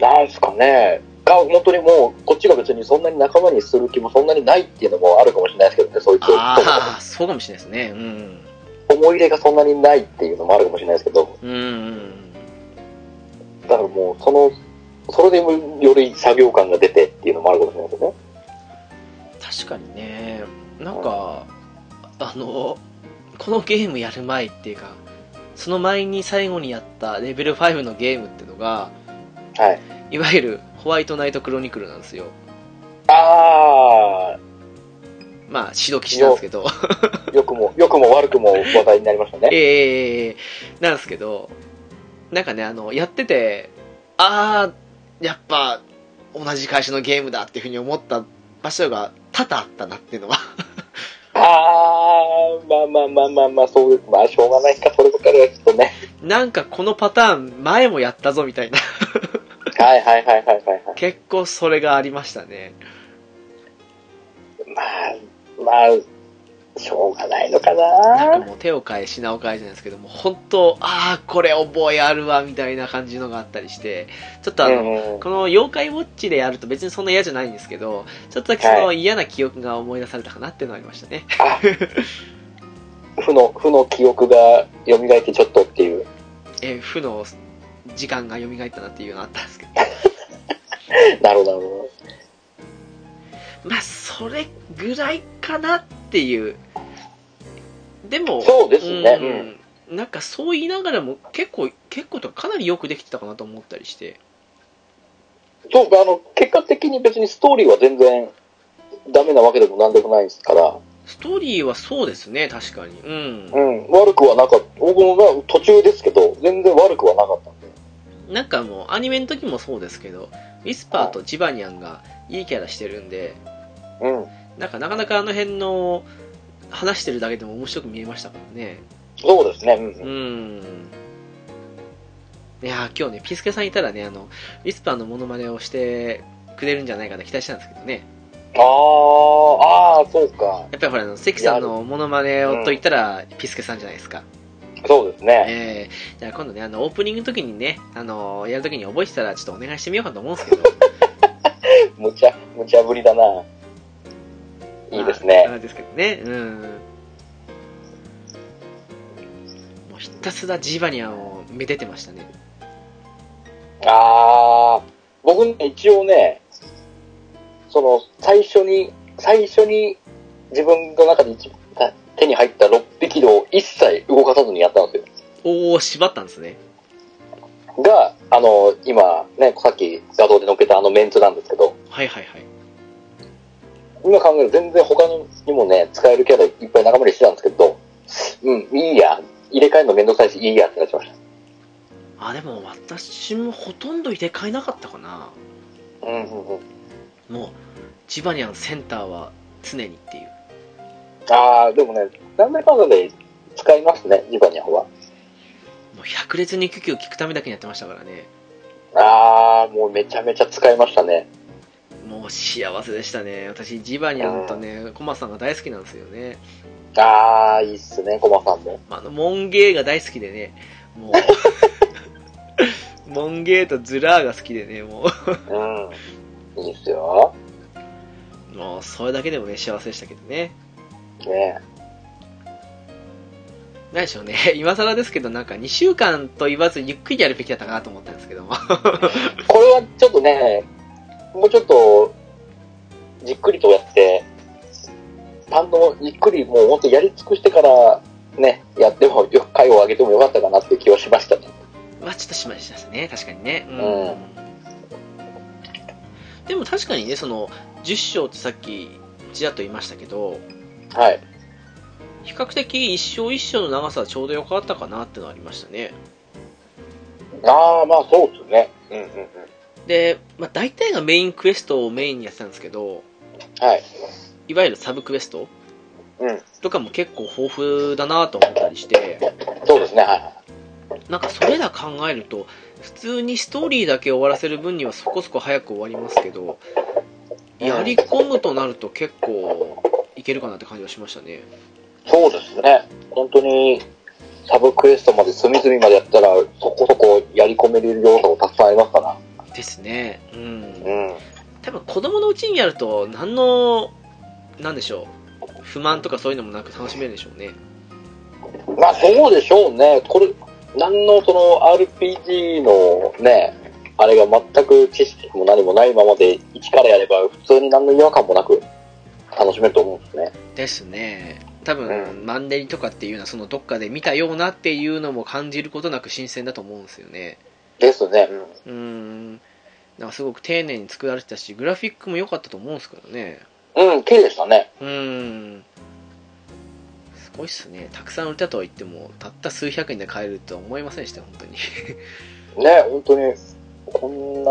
なんすかね。が、本当にもう、こっちが別にそんなに仲間にする気もそんなにないっていうのもあるかもしれないですけどね、そいつとああそうかもしれないですねうん思い入れがそんなにないっていうのもあるかもしれないですけど、うんうんだからもう、その、それでもより作業感が出てっていうのもあるかもしれないですよね。確かにねなんかあのこのゲームやる前っていうかその前に最後にやったレベル5のゲームっていうのがはい。いわゆるホワイトナイトクロニクルなんですよあまあ白騎士なんですけどー、良くも、良くも悪くも話題になりましたね。ええなんですけどなんかねあのやっててああやっぱ同じ会社のゲームだっていうふうに思った場所が多々あったなっていうのはあー、まあまあまあまあまあ、そういう、まあしょうがないか、そればっかりはちょっとね。なんかこのパターン前もやったぞみたいなはいはいはいはいはい、はい。結構それがありましたねまあ、まあ、しょうがないのかなんなかもう手を変え品を変えじゃないですけども本当ああこれ覚えあるわみたいな感じのがあったりしてちょっとあうの、んうんこの妖怪ウォッチでやると別にそんな嫌じゃないんですけどちょっとだけそのは嫌な記憶が思い出されたかなっていうのはありましたね負の、負の記憶が蘇ってちょっとっていう。えー負の時間が蘇ったなっていうのがあったんですけど *laughs* なるほど、なるほまあそれぐらいかなっていうでもど。そうですね。うんうんなんかそう言いながらも結構結構とかかなりよくできてたかなと思ったりしてそう、あの、結果的に別にストーリーは全然ダメなわけでもなんでもないですから、ストーリーはそうですね、確かに。うん。うん、悪くはなかった。僕もまあ途中ですけど、全然悪くはなかったんで。なんかもう、アニメの時もそうですけど、ウィスパーとジバニャンがいいキャラしてるんで、うん。なんかなかなかあの辺の、話してるだけでも面白く見えましたからね。そうですね。うんう。ん。いやー今日ね、ピスケさんいたらね、あの、ウィスパーのモノマネをしてくれるんじゃないかな期待したんですけどね。あー、あー、そうか。やっぱりほら、あの関さんのモノマネをと言ったら、ピスケさんじゃないですか。そうですね。えー、じゃあ今度ね、あの、オープニングの時にね、あのやる時に覚えてたら、ちょっとお願いしてみようかと思うんですけど。むちゃ、むちゃぶりだな。いいですまね。あですけどね。うん。もうひたすらジバニャンをめでてましたね。あー、僕ね、一応ね、その、最初に、最初に自分の中で一番手に入った6匹を一切動かさずにやったんですよ。おお、縛ったんですね。が、あの、今、ね、さっき画像で載っけたあのメンツなんですけど、はいはいはい。今考えると全然他にもね、使えるキャラいっぱい仲間にしてたんですけど、うん、いいや、入れ替えるのめんどくさいし、いいやってなっちゃいましあ、ででも私もほとんど入れ替えなかったかなうんうんうん。もう千葉にあるセンターは常にっていうああ、でもね、なんだかんだで使いますね、ジバニャホは。もう百列に救急聞くためだけにやってましたからねああ、もうめちゃめちゃ使いましたね。もう幸せでしたね私ジバニャンとねコマさんが大好きなんですよね、ああ、いいっすね、コマさんも。まあ、あのモンゲーが大好きでねもうモンゲーとズラーが好きでねもうん。いいっすよ。うもうそれだけでもね幸せでしたけどねね何でしょうね今更ですけどなんか2週間と言わずゆっくりやるべきだったかなと思ったんですけども *laughs* *laughs* これはちょっとね、もうちょっと、じっくりとやって、担当、じっくりもう本当やり尽くしてから、ね、やっても、よ回を上げてもよかったかなっていう気はしましたね。まあちょっとしまいましたね確かにねうんうでも確かにねその10勝ってさっきちらっと言いましたけどはい。比較的一勝一勝の長さはちょうどよかったかなってのはありましたねああ、まあそうですね。うんうんうん。で、まあ、大体がメインクエストをメインにやってたんですけどはい。いわゆるサブクエストうん。とかも結構豊富だなと思ったりしてそうですね、はいはい。なんかそれら考えると普通にストーリーだけ終わらせる分にはそこそこ早く終わりますけどやり込むとなると結構いけるかなって感じはしましたねそうですね。本当に、サブクエストまで隅々までやったら、そこそこやり込めれる要素がたくさんありますから。ですねうんうん。多分子供のうちにやると何の何でしょう不満とかそういうのもなく楽しめるでしょうねまあそうでしょうね。これ、何のその RPG のね、あれが全く知識も何もないままで、一からやれば普通に何の違和感もなく楽しめると思うんですね。ですね多分、マンネリとかっていうのはそのどっかで見たようなっていうのも感じることなく新鮮だと思うんですよねですね。うーんなんかすごく丁寧に作られてたしグラフィックも良かったと思うんですけどねうん。うん、綺麗でしたね。うーんすごいっすねたくさん売れたとは言ってもたった数百円で買えるとは思いませんでした本当にね、本当に、こんな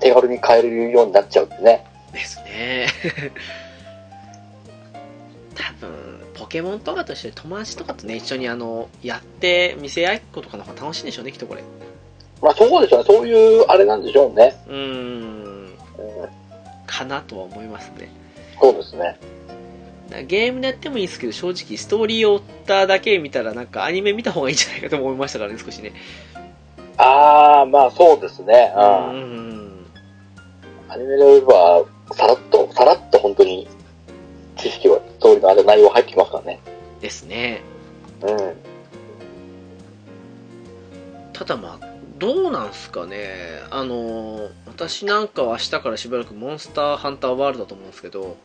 手軽に買えるようになっちゃうってね。ですね多分ポケモンとかと一緒に友達とかとね一緒にあのやって見せ合いっことかの方が楽しいんでしょうねきっとこれまあそうでしょうね。そういうあれなんでしょうね。うーんうんかなとは思いますねそうですね。だからゲームでやってもいいですけど正直ストーリーを追っただけ見たらなんかアニメ見た方がいいんじゃないかと思いましたからね少しねああ、まあそうですね。ううんんアニメで言えば、さらっと、さらっと本当に、知識は、通りのあれ、内容入ってきますからね。ですねうん。ただまあどうなんすかねあの私なんかは明日からしばらくモンスターハンターワールドだと思うんですけど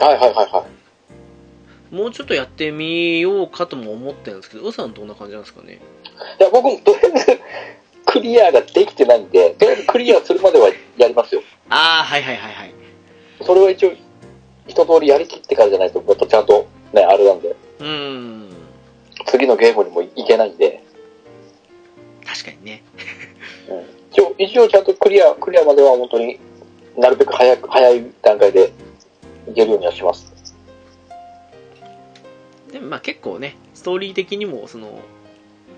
はいはいはいはい。もうちょっとやってみようかとも思ってるんですけど、うさんどんな感じなんですかねいや、僕もとりあえず、クリアができてないんで、とりあえずクリアするまではやりますよ。ああ、はいはいはいはい。それは一応、一通りやりきってからじゃないと、またちゃんと、ね、あれなんで、うーん。次のゲームにもいけないんで、確かにね。うん。一応、一応ちゃんとクリア、クリアまでは本当になるべく早く、早い段階で、いけるようにはします。でもまあ結構ね、ストーリー的にも、その、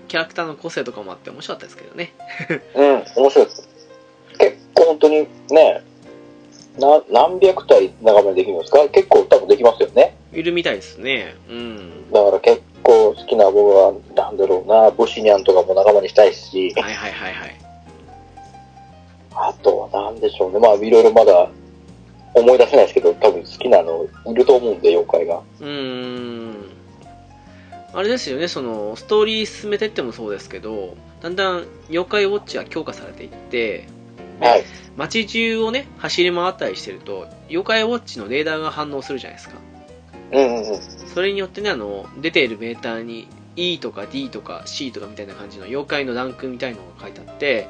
キャラクターの個性とかもあって面白かったですけどね。うん、面白いです。結構本当にね、な何百体眺めできるんですか結構多分できますよね。いるみたいですね。うん。だから結構好きな僕は、なんだろうな、ボシニャンとかも仲間にしたいし、はいはいはいはい。あとは何でしょうね。まあいろいろまだ思い出せないですけど、多分好きなのいると思うんで、妖怪が。うーん。あれですよね、その、ストーリー進めてってもそうですけど、だんだん妖怪ウォッチが強化されていって、はい。街中をね、走り回ったりしてると、妖怪ウォッチのレーダーが反応するじゃないですか。うんうんうん。それによってねあの出ているメーターに E とか D とか C とかみたいな感じの妖怪のランクみたいのが書いてあって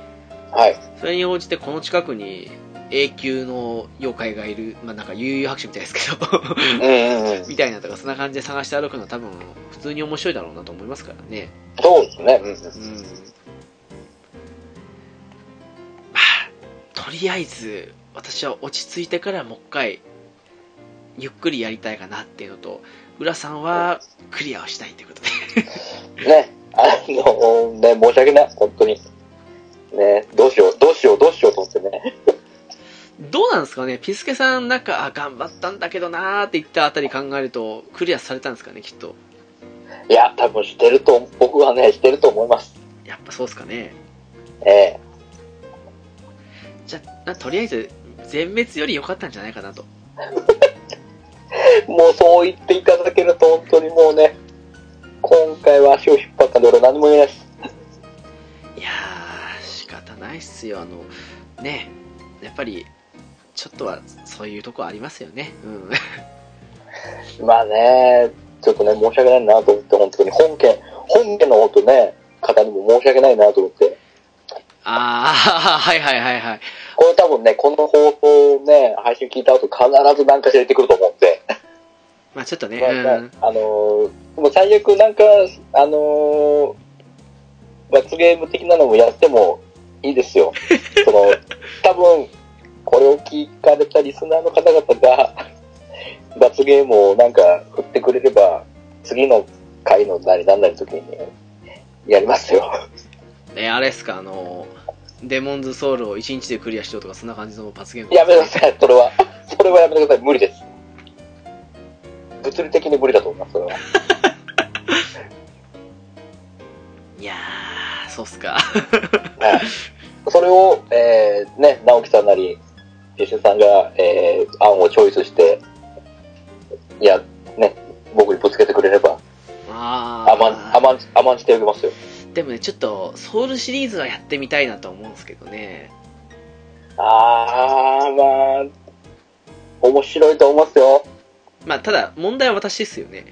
はい。それに応じてこの近くに A 級の妖怪がいるまあなんか悠々白書みたいですけど *laughs* うんうんうん。みたいなとかそんな感じで探して歩くのは多分普通に面白いだろうなと思いますからねそうですね。うんうんうんとりあえず私は落ち着いてからもう一回ゆっくりやりたいかなっていうのと浦さんはクリアをしたいってことでね、あの、ね、申し訳ない、本当に。ね、どうしよう、どうしよう、どうしようと思ってね。どうなんですかねピスケさんなんかあ頑張ったんだけどなーって言ったあたり考えるとクリアされたんですかねきっといや、多分してると、僕はね、してると思います。やっぱそうっすかねええじゃあなとりあえず全滅より良かったんじゃないかなともうそう言っていただけると、本当にもうね、今回は足を引っ張ったんで、俺何も言えないです。いやー仕方ないっすよあのねやっぱりちょっとはそういうとこありますよねうん *laughs* まあね、ちょっとね、申し訳ないなと思って、本当に、本家、本家の音ね、方にも申し訳ないなと思って。ああ、はいはいはいはい。これ多分ね、この放送ね、配信聞いた後必ず何かしら言ってくると思うんで、まあちょっとね、まあまあうん。あのーもう最悪なんか、あのー罰ゲーム的なのもやってもいいです *laughs* よ。その、多分、これを聞かれたリスナーの方々が、罰ゲームをなんか振ってくれれば、次の回の何何なりの時に、やりますよ。え、あれですか、あの、デモンズソウルを1日でクリアしようとか、そんな感じの罰ゲーム。やめなさい、それは。 *laughs* それはやめてください、無理です。物理的に無理だと思います、それは。いやー、そうっす *laughs* か。はい。 *laughs* それを、えー、ね、直樹さんなり、吉田さんが、えー、案をチョイスして、いや、ね、僕にぶつけてくれれば、甘んあ、ー甘んじ、甘んじてあげますよ。でもね、ちょっと、ソウルシリーズはやってみたいなと思うんですけどね。あー、まあ、面白いと思いますよ。まあ、ただ、問題は私ですよね。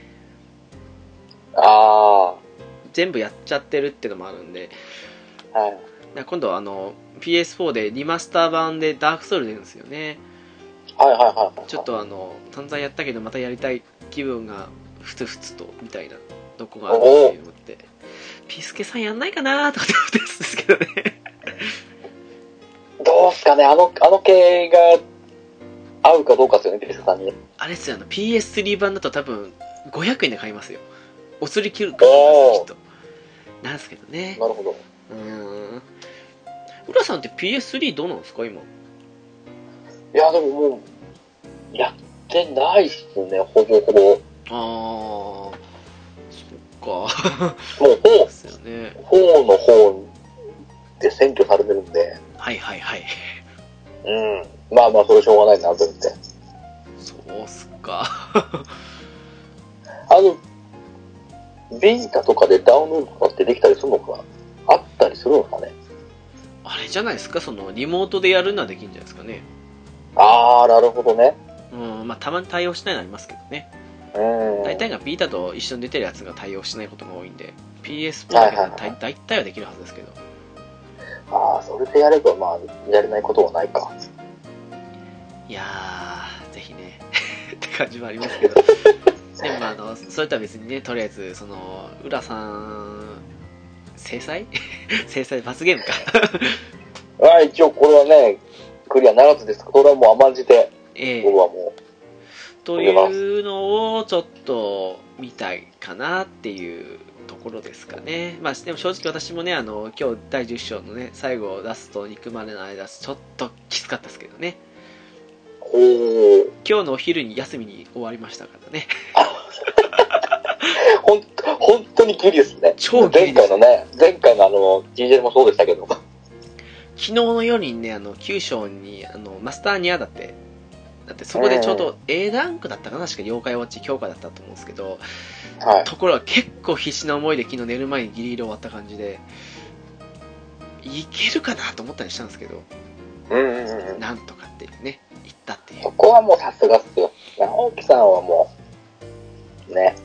あ全部やっちゃってるってのもあるんで。ー、はい。だから今度はあの、PS4 でリマスター版でダークソウル出るんですよね。はいはいはいはい。ちょっとあの、散々やったけど、またやりたい気分がふつふつと、みたいな、どこがあるって思って、ピスケさんやんないかなーとかって思ってるんですけどね。 *laughs* どうすかね、あの、あの系が、合うかどうかですよね、吉田さんに。あれっすよ、あの、PS3 版だと多分、500円で買いますよ。お釣り切るかおーきっと。なんですけどね。なるほど。うーん。浦さんって PS3 どうなんですか、今。いや、でももう、やってないっすね、ほぼほぼ。あー、そっか。もう、ほでうすよね。方の方で占拠されてるんで、はいはいはい。うん。まあまあ、それしょうがないなと思って。そうっすか。 *laughs* あの、ビータとかでダウンロードとかってできたりするのかなあったりするのかねあれじゃないですか、その、リモートでやるのはできるんじゃないですかね。あー、なるほどね。うん、まあ、たまに対応しないのありますけどね。うん。大体がビータと一緒に出てるやつが対応しないことが多いんで、PS4 はだいけはいどはい大大体はできるはずですけど。あー、それでやれば、まあ、やれないことはないか。いやー、ぜひね、 *laughs* って感じもありますけど。 *laughs* でも、まあ、あの、それとは別にね、とりあえず、その、浦さん、制裁 *laughs* 制裁罰ゲームか。あ一応これはね、クリアならずですけど、これはもう甘んじて、ええ僕はもというのをちょっと見たいかなっていうところですかね。まあ、でも正直私もね、あの、今日第10章のね、最後を出すと憎まれの間、ちょっときつかったですけどね。う、ほう、今日のお昼に休みに終わりましたからね。 *laughs* ほん、本当にギリですね。超ギリで前回すのね、前回のあの、DJ もそうでしたけど。昨日の夜にね、あの、9章に、あの、マスターニアだって、だってそこでちょうど A ランクだったかな確か妖怪ウォッチ強化だったと思うんですけど、はい。ところが結構必死な思いで昨日寝る前にギリギリ終わった感じで、いけるかなと思ったりしたんですけど、うんうんうんうん。なんとかってね、言ったってい。そうこはもうさすがっすよ。直樹さんはもう、ね、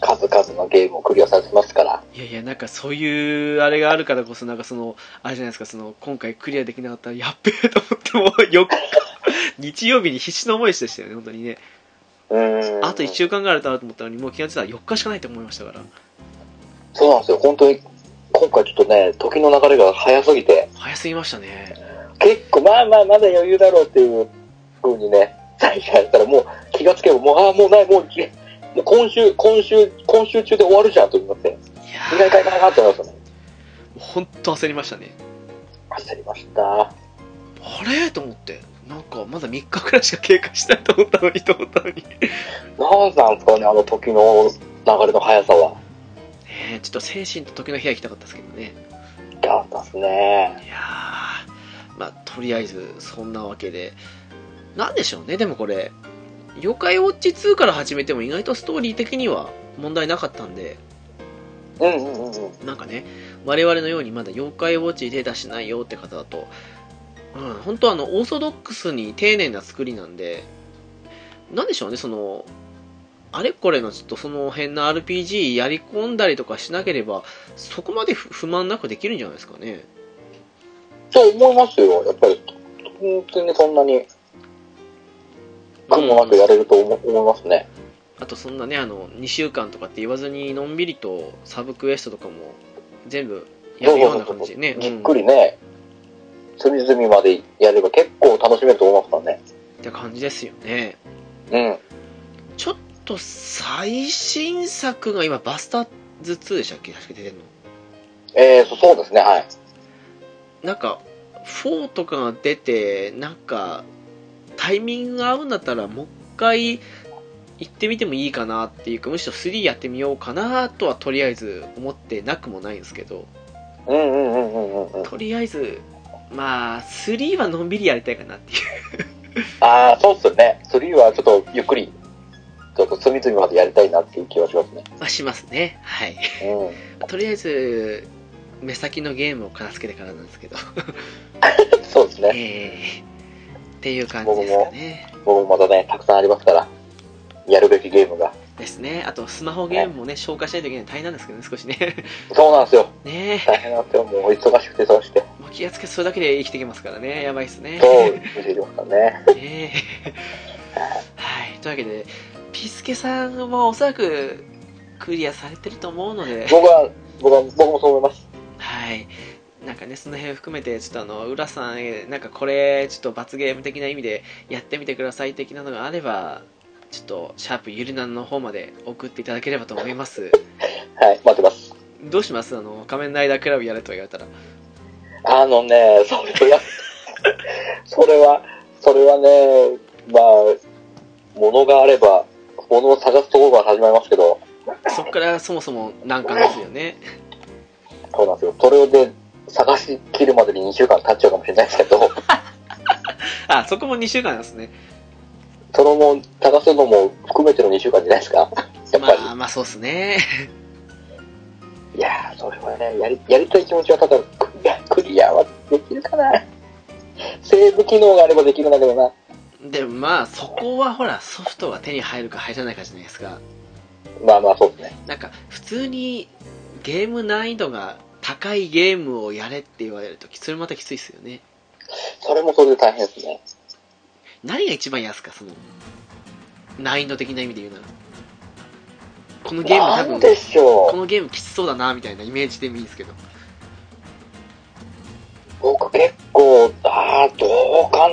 数々のゲームをクリアさせてますから。いやいや、なんかそういうあれがあるからこそ、なんかその、あれじゃないですか、その、今回クリアできなかったら、やっべえと思っても、よ *laughs* く、日曜日に必死な思いでしたよね、本当にね。うんあと1週間ぐらいあるとなと思ったのに、もう気がついたら4日しかないと思いましたから、そうなんですよ。本当に、今回ちょっとね、時の流れが早すぎて、早すぎましたね。結構、まあまあ、まだ余裕だろうっていう風にね、最初やったらもう気がつけば、もう、ああ、もうない、もうじ、もう今週、今週、今週中で終わるじゃんと思って、意外やかいかなって思いましたね。ーほんと焦りましたね焦りました。あれと思ってなんかまだ3日くらいしか経過しないと思ったのにと思ったのにねなんなんですかね、あの時の流れの速さは。えちょっと精神と時の部屋行きたかったですけどねだったっすね。いやーまあとりあえずそんなわけでなんでしょうねでもこれ「妖怪ウォッチ2」から始めても意外とストーリー的には問題なかったんでうんうんうんうん。なんかね、我々のようにまだ妖怪ウォッチで出しないよって方だと、うん、本当あの、オーソドックスに丁寧な作りなんで、なんでしょうね、その、あれこれのちょっとその辺の RPG やり込んだりとかしなければ、そこまで不不満なくできるんじゃないですかね。そう思いますよ、やっぱり。本当にそんなに苦もなくやれると思,、思いますね。あとそんなね、あの、2週間とかって言わずに、のんびりとサブクエストとかも全部やるような感じでね。じっくりね、隅々までやれば結構楽しめると思いますからね。うんって感じですよね。うん。ちょっと最新作が今、バスターズ2でしたっけ確か出てんの。えー、そそうですね、はい。なんか、4とかが出て、なんか、タイミングが合うんだったら、もう一回行ってみてもいいかなっていうか、むしろ3やってみようかなとはとりあえず思ってなくもないんですけど、うんうんうんうんうんうん。とりあえず、まあ、3はのんびりやりたいかなっていう。ああ、そうっすよね。3はちょっとゆっくり、ちょっと隅々までやりたいなっていう気はしますね。まあ、しますね。はい。う *laughs* ん。とりあえず、目先のゲームを片付けてからなんですけど。そうですね。えーっていう感じですかね。僕もまたね、たくさんありますから、やるべきゲームが。ですね。あと、スマホゲームもね、紹介しないといけない大変なんですけどね、少しね。 *laughs* そうなんですよ。ねえ。大変なんですよ。もう忙しくて忙しくて。もう気がつけばそれだけで生きてきますからね。やばいっすね。そう、見ていますからね。ね *laughs* えはい。というわけで、ピスケさんもおそらくクリアされてると思うので、僕は、僕は、僕もそう思います。はい。なんかね、その辺を含めて、ちょっとあの、浦さんへ、なんかこれ、ちょっと罰ゲーム的な意味でやってみてください的なのがあれば、ちょっと、シャープゆりなの方まで送っていただければと思います。はい、待ってます。どうしますあの、仮面ライダークラブやれとか言われたら。あのね、それ *laughs* は、それは、それはね、まあ、物があれば、物を探すところから始まりますけど、そっからそもそも難関ですよね。そうなんですよ。それで、探し切るまでに2週間経っちゃうかもしれないですけど、 *laughs* あ、そこも2週間なんですね。それも、探すのも含めての2週間じゃないですか。やっぱ *laughs* り。まあまあそうっすね。いやー、それはね、やり、やりたい気持ちはただ、クリア、クリアはできる *laughs* かな。セーブ機能があればできるんだけどな。でもまあそこはほらソフトが手に入るか入らないかじゃないですか。まあまあ、そうですね。なんか普通にゲーム難易度が高いゲームをやれって言われるとそれまたきついっすよね。それもそれで大変ですね。何が一番安かその難易度的な意味で言うなら。このゲーム多なん分でしこょう。のゲームきつそうだなみたいなイメージでもいいんですけど。僕結構、あー、どうか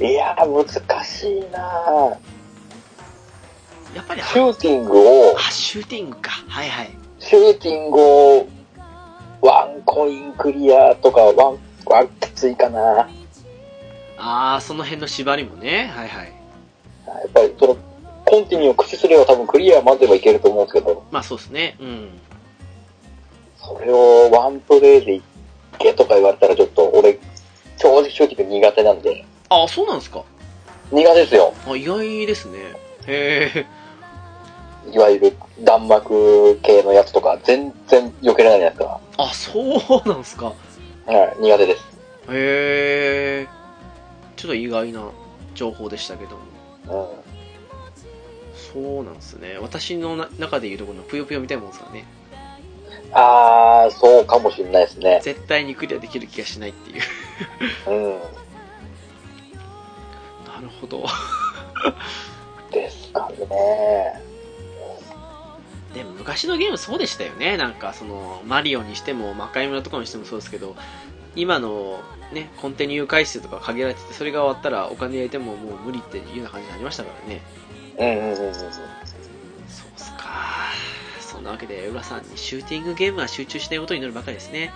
ないやー、難しいなやっぱりシューティングを、あ、シューティングか。はいはい。シューティングを、ワンコインクリアとか、ワン、ワンきついかなああ、その辺の縛りもね。はいはい。やっぱりそのコンティニューを駆使すれば多分クリアまではいけると思うんですけど、まあそうですね。うん。それをワンプレイでいけとか言われたらちょっと俺、正直正直苦手なんで、あそうなんですか。苦手ですよ。あ、意外ですね。へえ。いわゆる弾幕系のやつとか全然避けられないじゃないあ、そうなんですか。ですか。はい、苦手です。へえ。ちょっと意外な情報でしたけども。うそうなんですね。私のな中でいうところのぷよぷよみたいなもんですからね。ん。あー、そうかもしれないですね。絶対にクリアできる気がしないっていう。うん。 *laughs* なるほど。ですかね。でも昔のゲームそうでしたよねなんかそのマリオにしても魔界村とかにしてもそうですけど今のねコンティニュー回数とか限られててそれが終わったらお金入れてももう無理っていうような感じになりましたからねうんうんうんうん。そうっすかそんなわけで浦さんにシューティングゲームは集中しないことになるばかりですね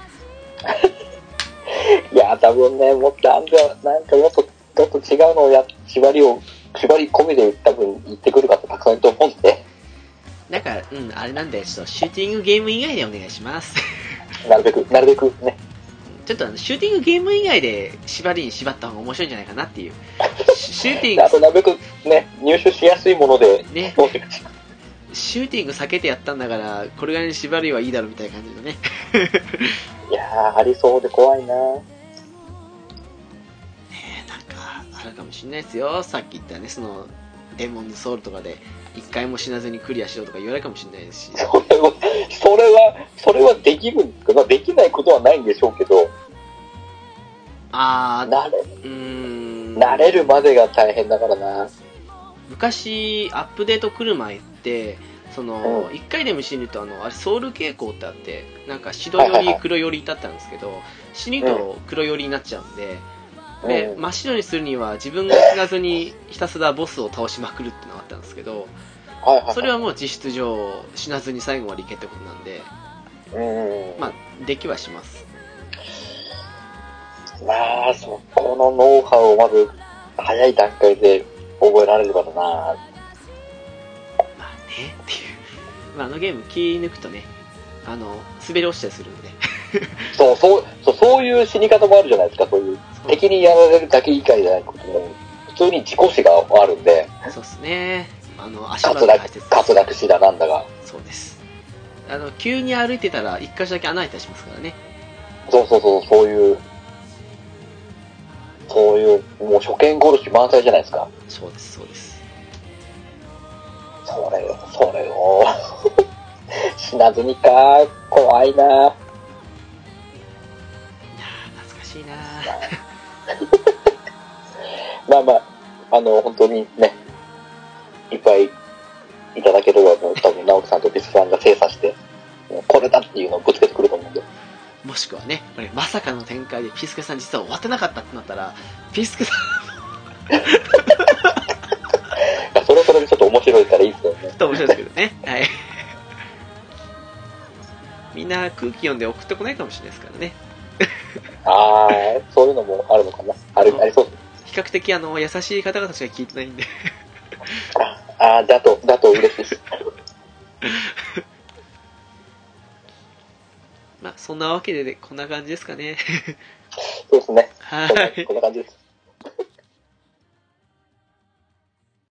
いや、多分ね、もっと、あんた、なんかもっと、もっと違うのをや、縛りを、縛り込みで多分言ってくる方たくさんいると思うんで、なんかうんあれなんでちょっとシューティングゲーム以外でお願いします *laughs* なるべく、なるべくね、ちょっとあのシューティングゲーム以外で縛りに縛った方が面白いんじゃないかなっていうシュシューティングあとなるべくね、入手しやすいもので、ね、もうちょっとシューティング避けてやったんだから、これぐらいの縛りはいいだろうみたいな感じのね。 *laughs* いやー、ありそうで怖いなねえなんか、あるかもしれないですよ。さっき言ったね、その、デモンズソウルとかで、一回も死なずにクリアしろとか言われるかもしれないですし、それは、それは、それはできるんですかまあできないことはないんでしょうけど、あー、慣れ、うーん、慣れるまでが大変だからな昔、アップデート来る前って、その、う一回でも死ぬと、あの、あれ、ソウル傾向ってあって、なんか、白寄はいはいりは、い黒寄りだったんですけど、死ぬと黒寄りになっちゃうんで、でうん真っ白にするには自分が死なずにひたすらボスを倒しまくるってのがあったんですけどはいはいはい。それはもう実質上死なずに最後までいけってことなんでうん。まあできはしますまあ、そこのノウハウをまず早い段階で覚えられるからな。まあねっていう、まあ、あのゲーム気抜くとねあの滑り落ちたりするんでそう、そう、そう、そういう死に方もあるじゃないですか、そういう。敵にやられるだけ以外じゃないことも、普通に自己死があるんで、そうっすねあの足場滑の解説落、滑落死だなんだが。そうですあの急に歩いてたら一箇所だけ穴開いたりしますからねそうそうそう、そういう、そういう、もう初見殺し満載じゃないですか。そうですそうですそれよ、それよ。 *laughs* 死なずにか、怖いな。いやー懐かしいなまあまあ、あの、本当にね、いっぱいいただければ、もう多分、直樹さんとビスさんが精査して、もうこれだっていうのをぶつけてくると思うんで。もしくはね、これまさかの展開でピスケさん実は終わってなかったってなったら、ピスケさんそれはそれでちょっと面白いからいいですよね。と面白いですけどね。はい。みんな空気読んで送ってこないかもしれないですからね。ああ、そういうのもあるのかな。ある、ありそうです。比較的あの、優しい方々しか聞いてないんで。ああ、だと、だと嬉しいです。まあ、そんなわけで、こんな感じですかね。そうですね。は。こんないこんな感じです。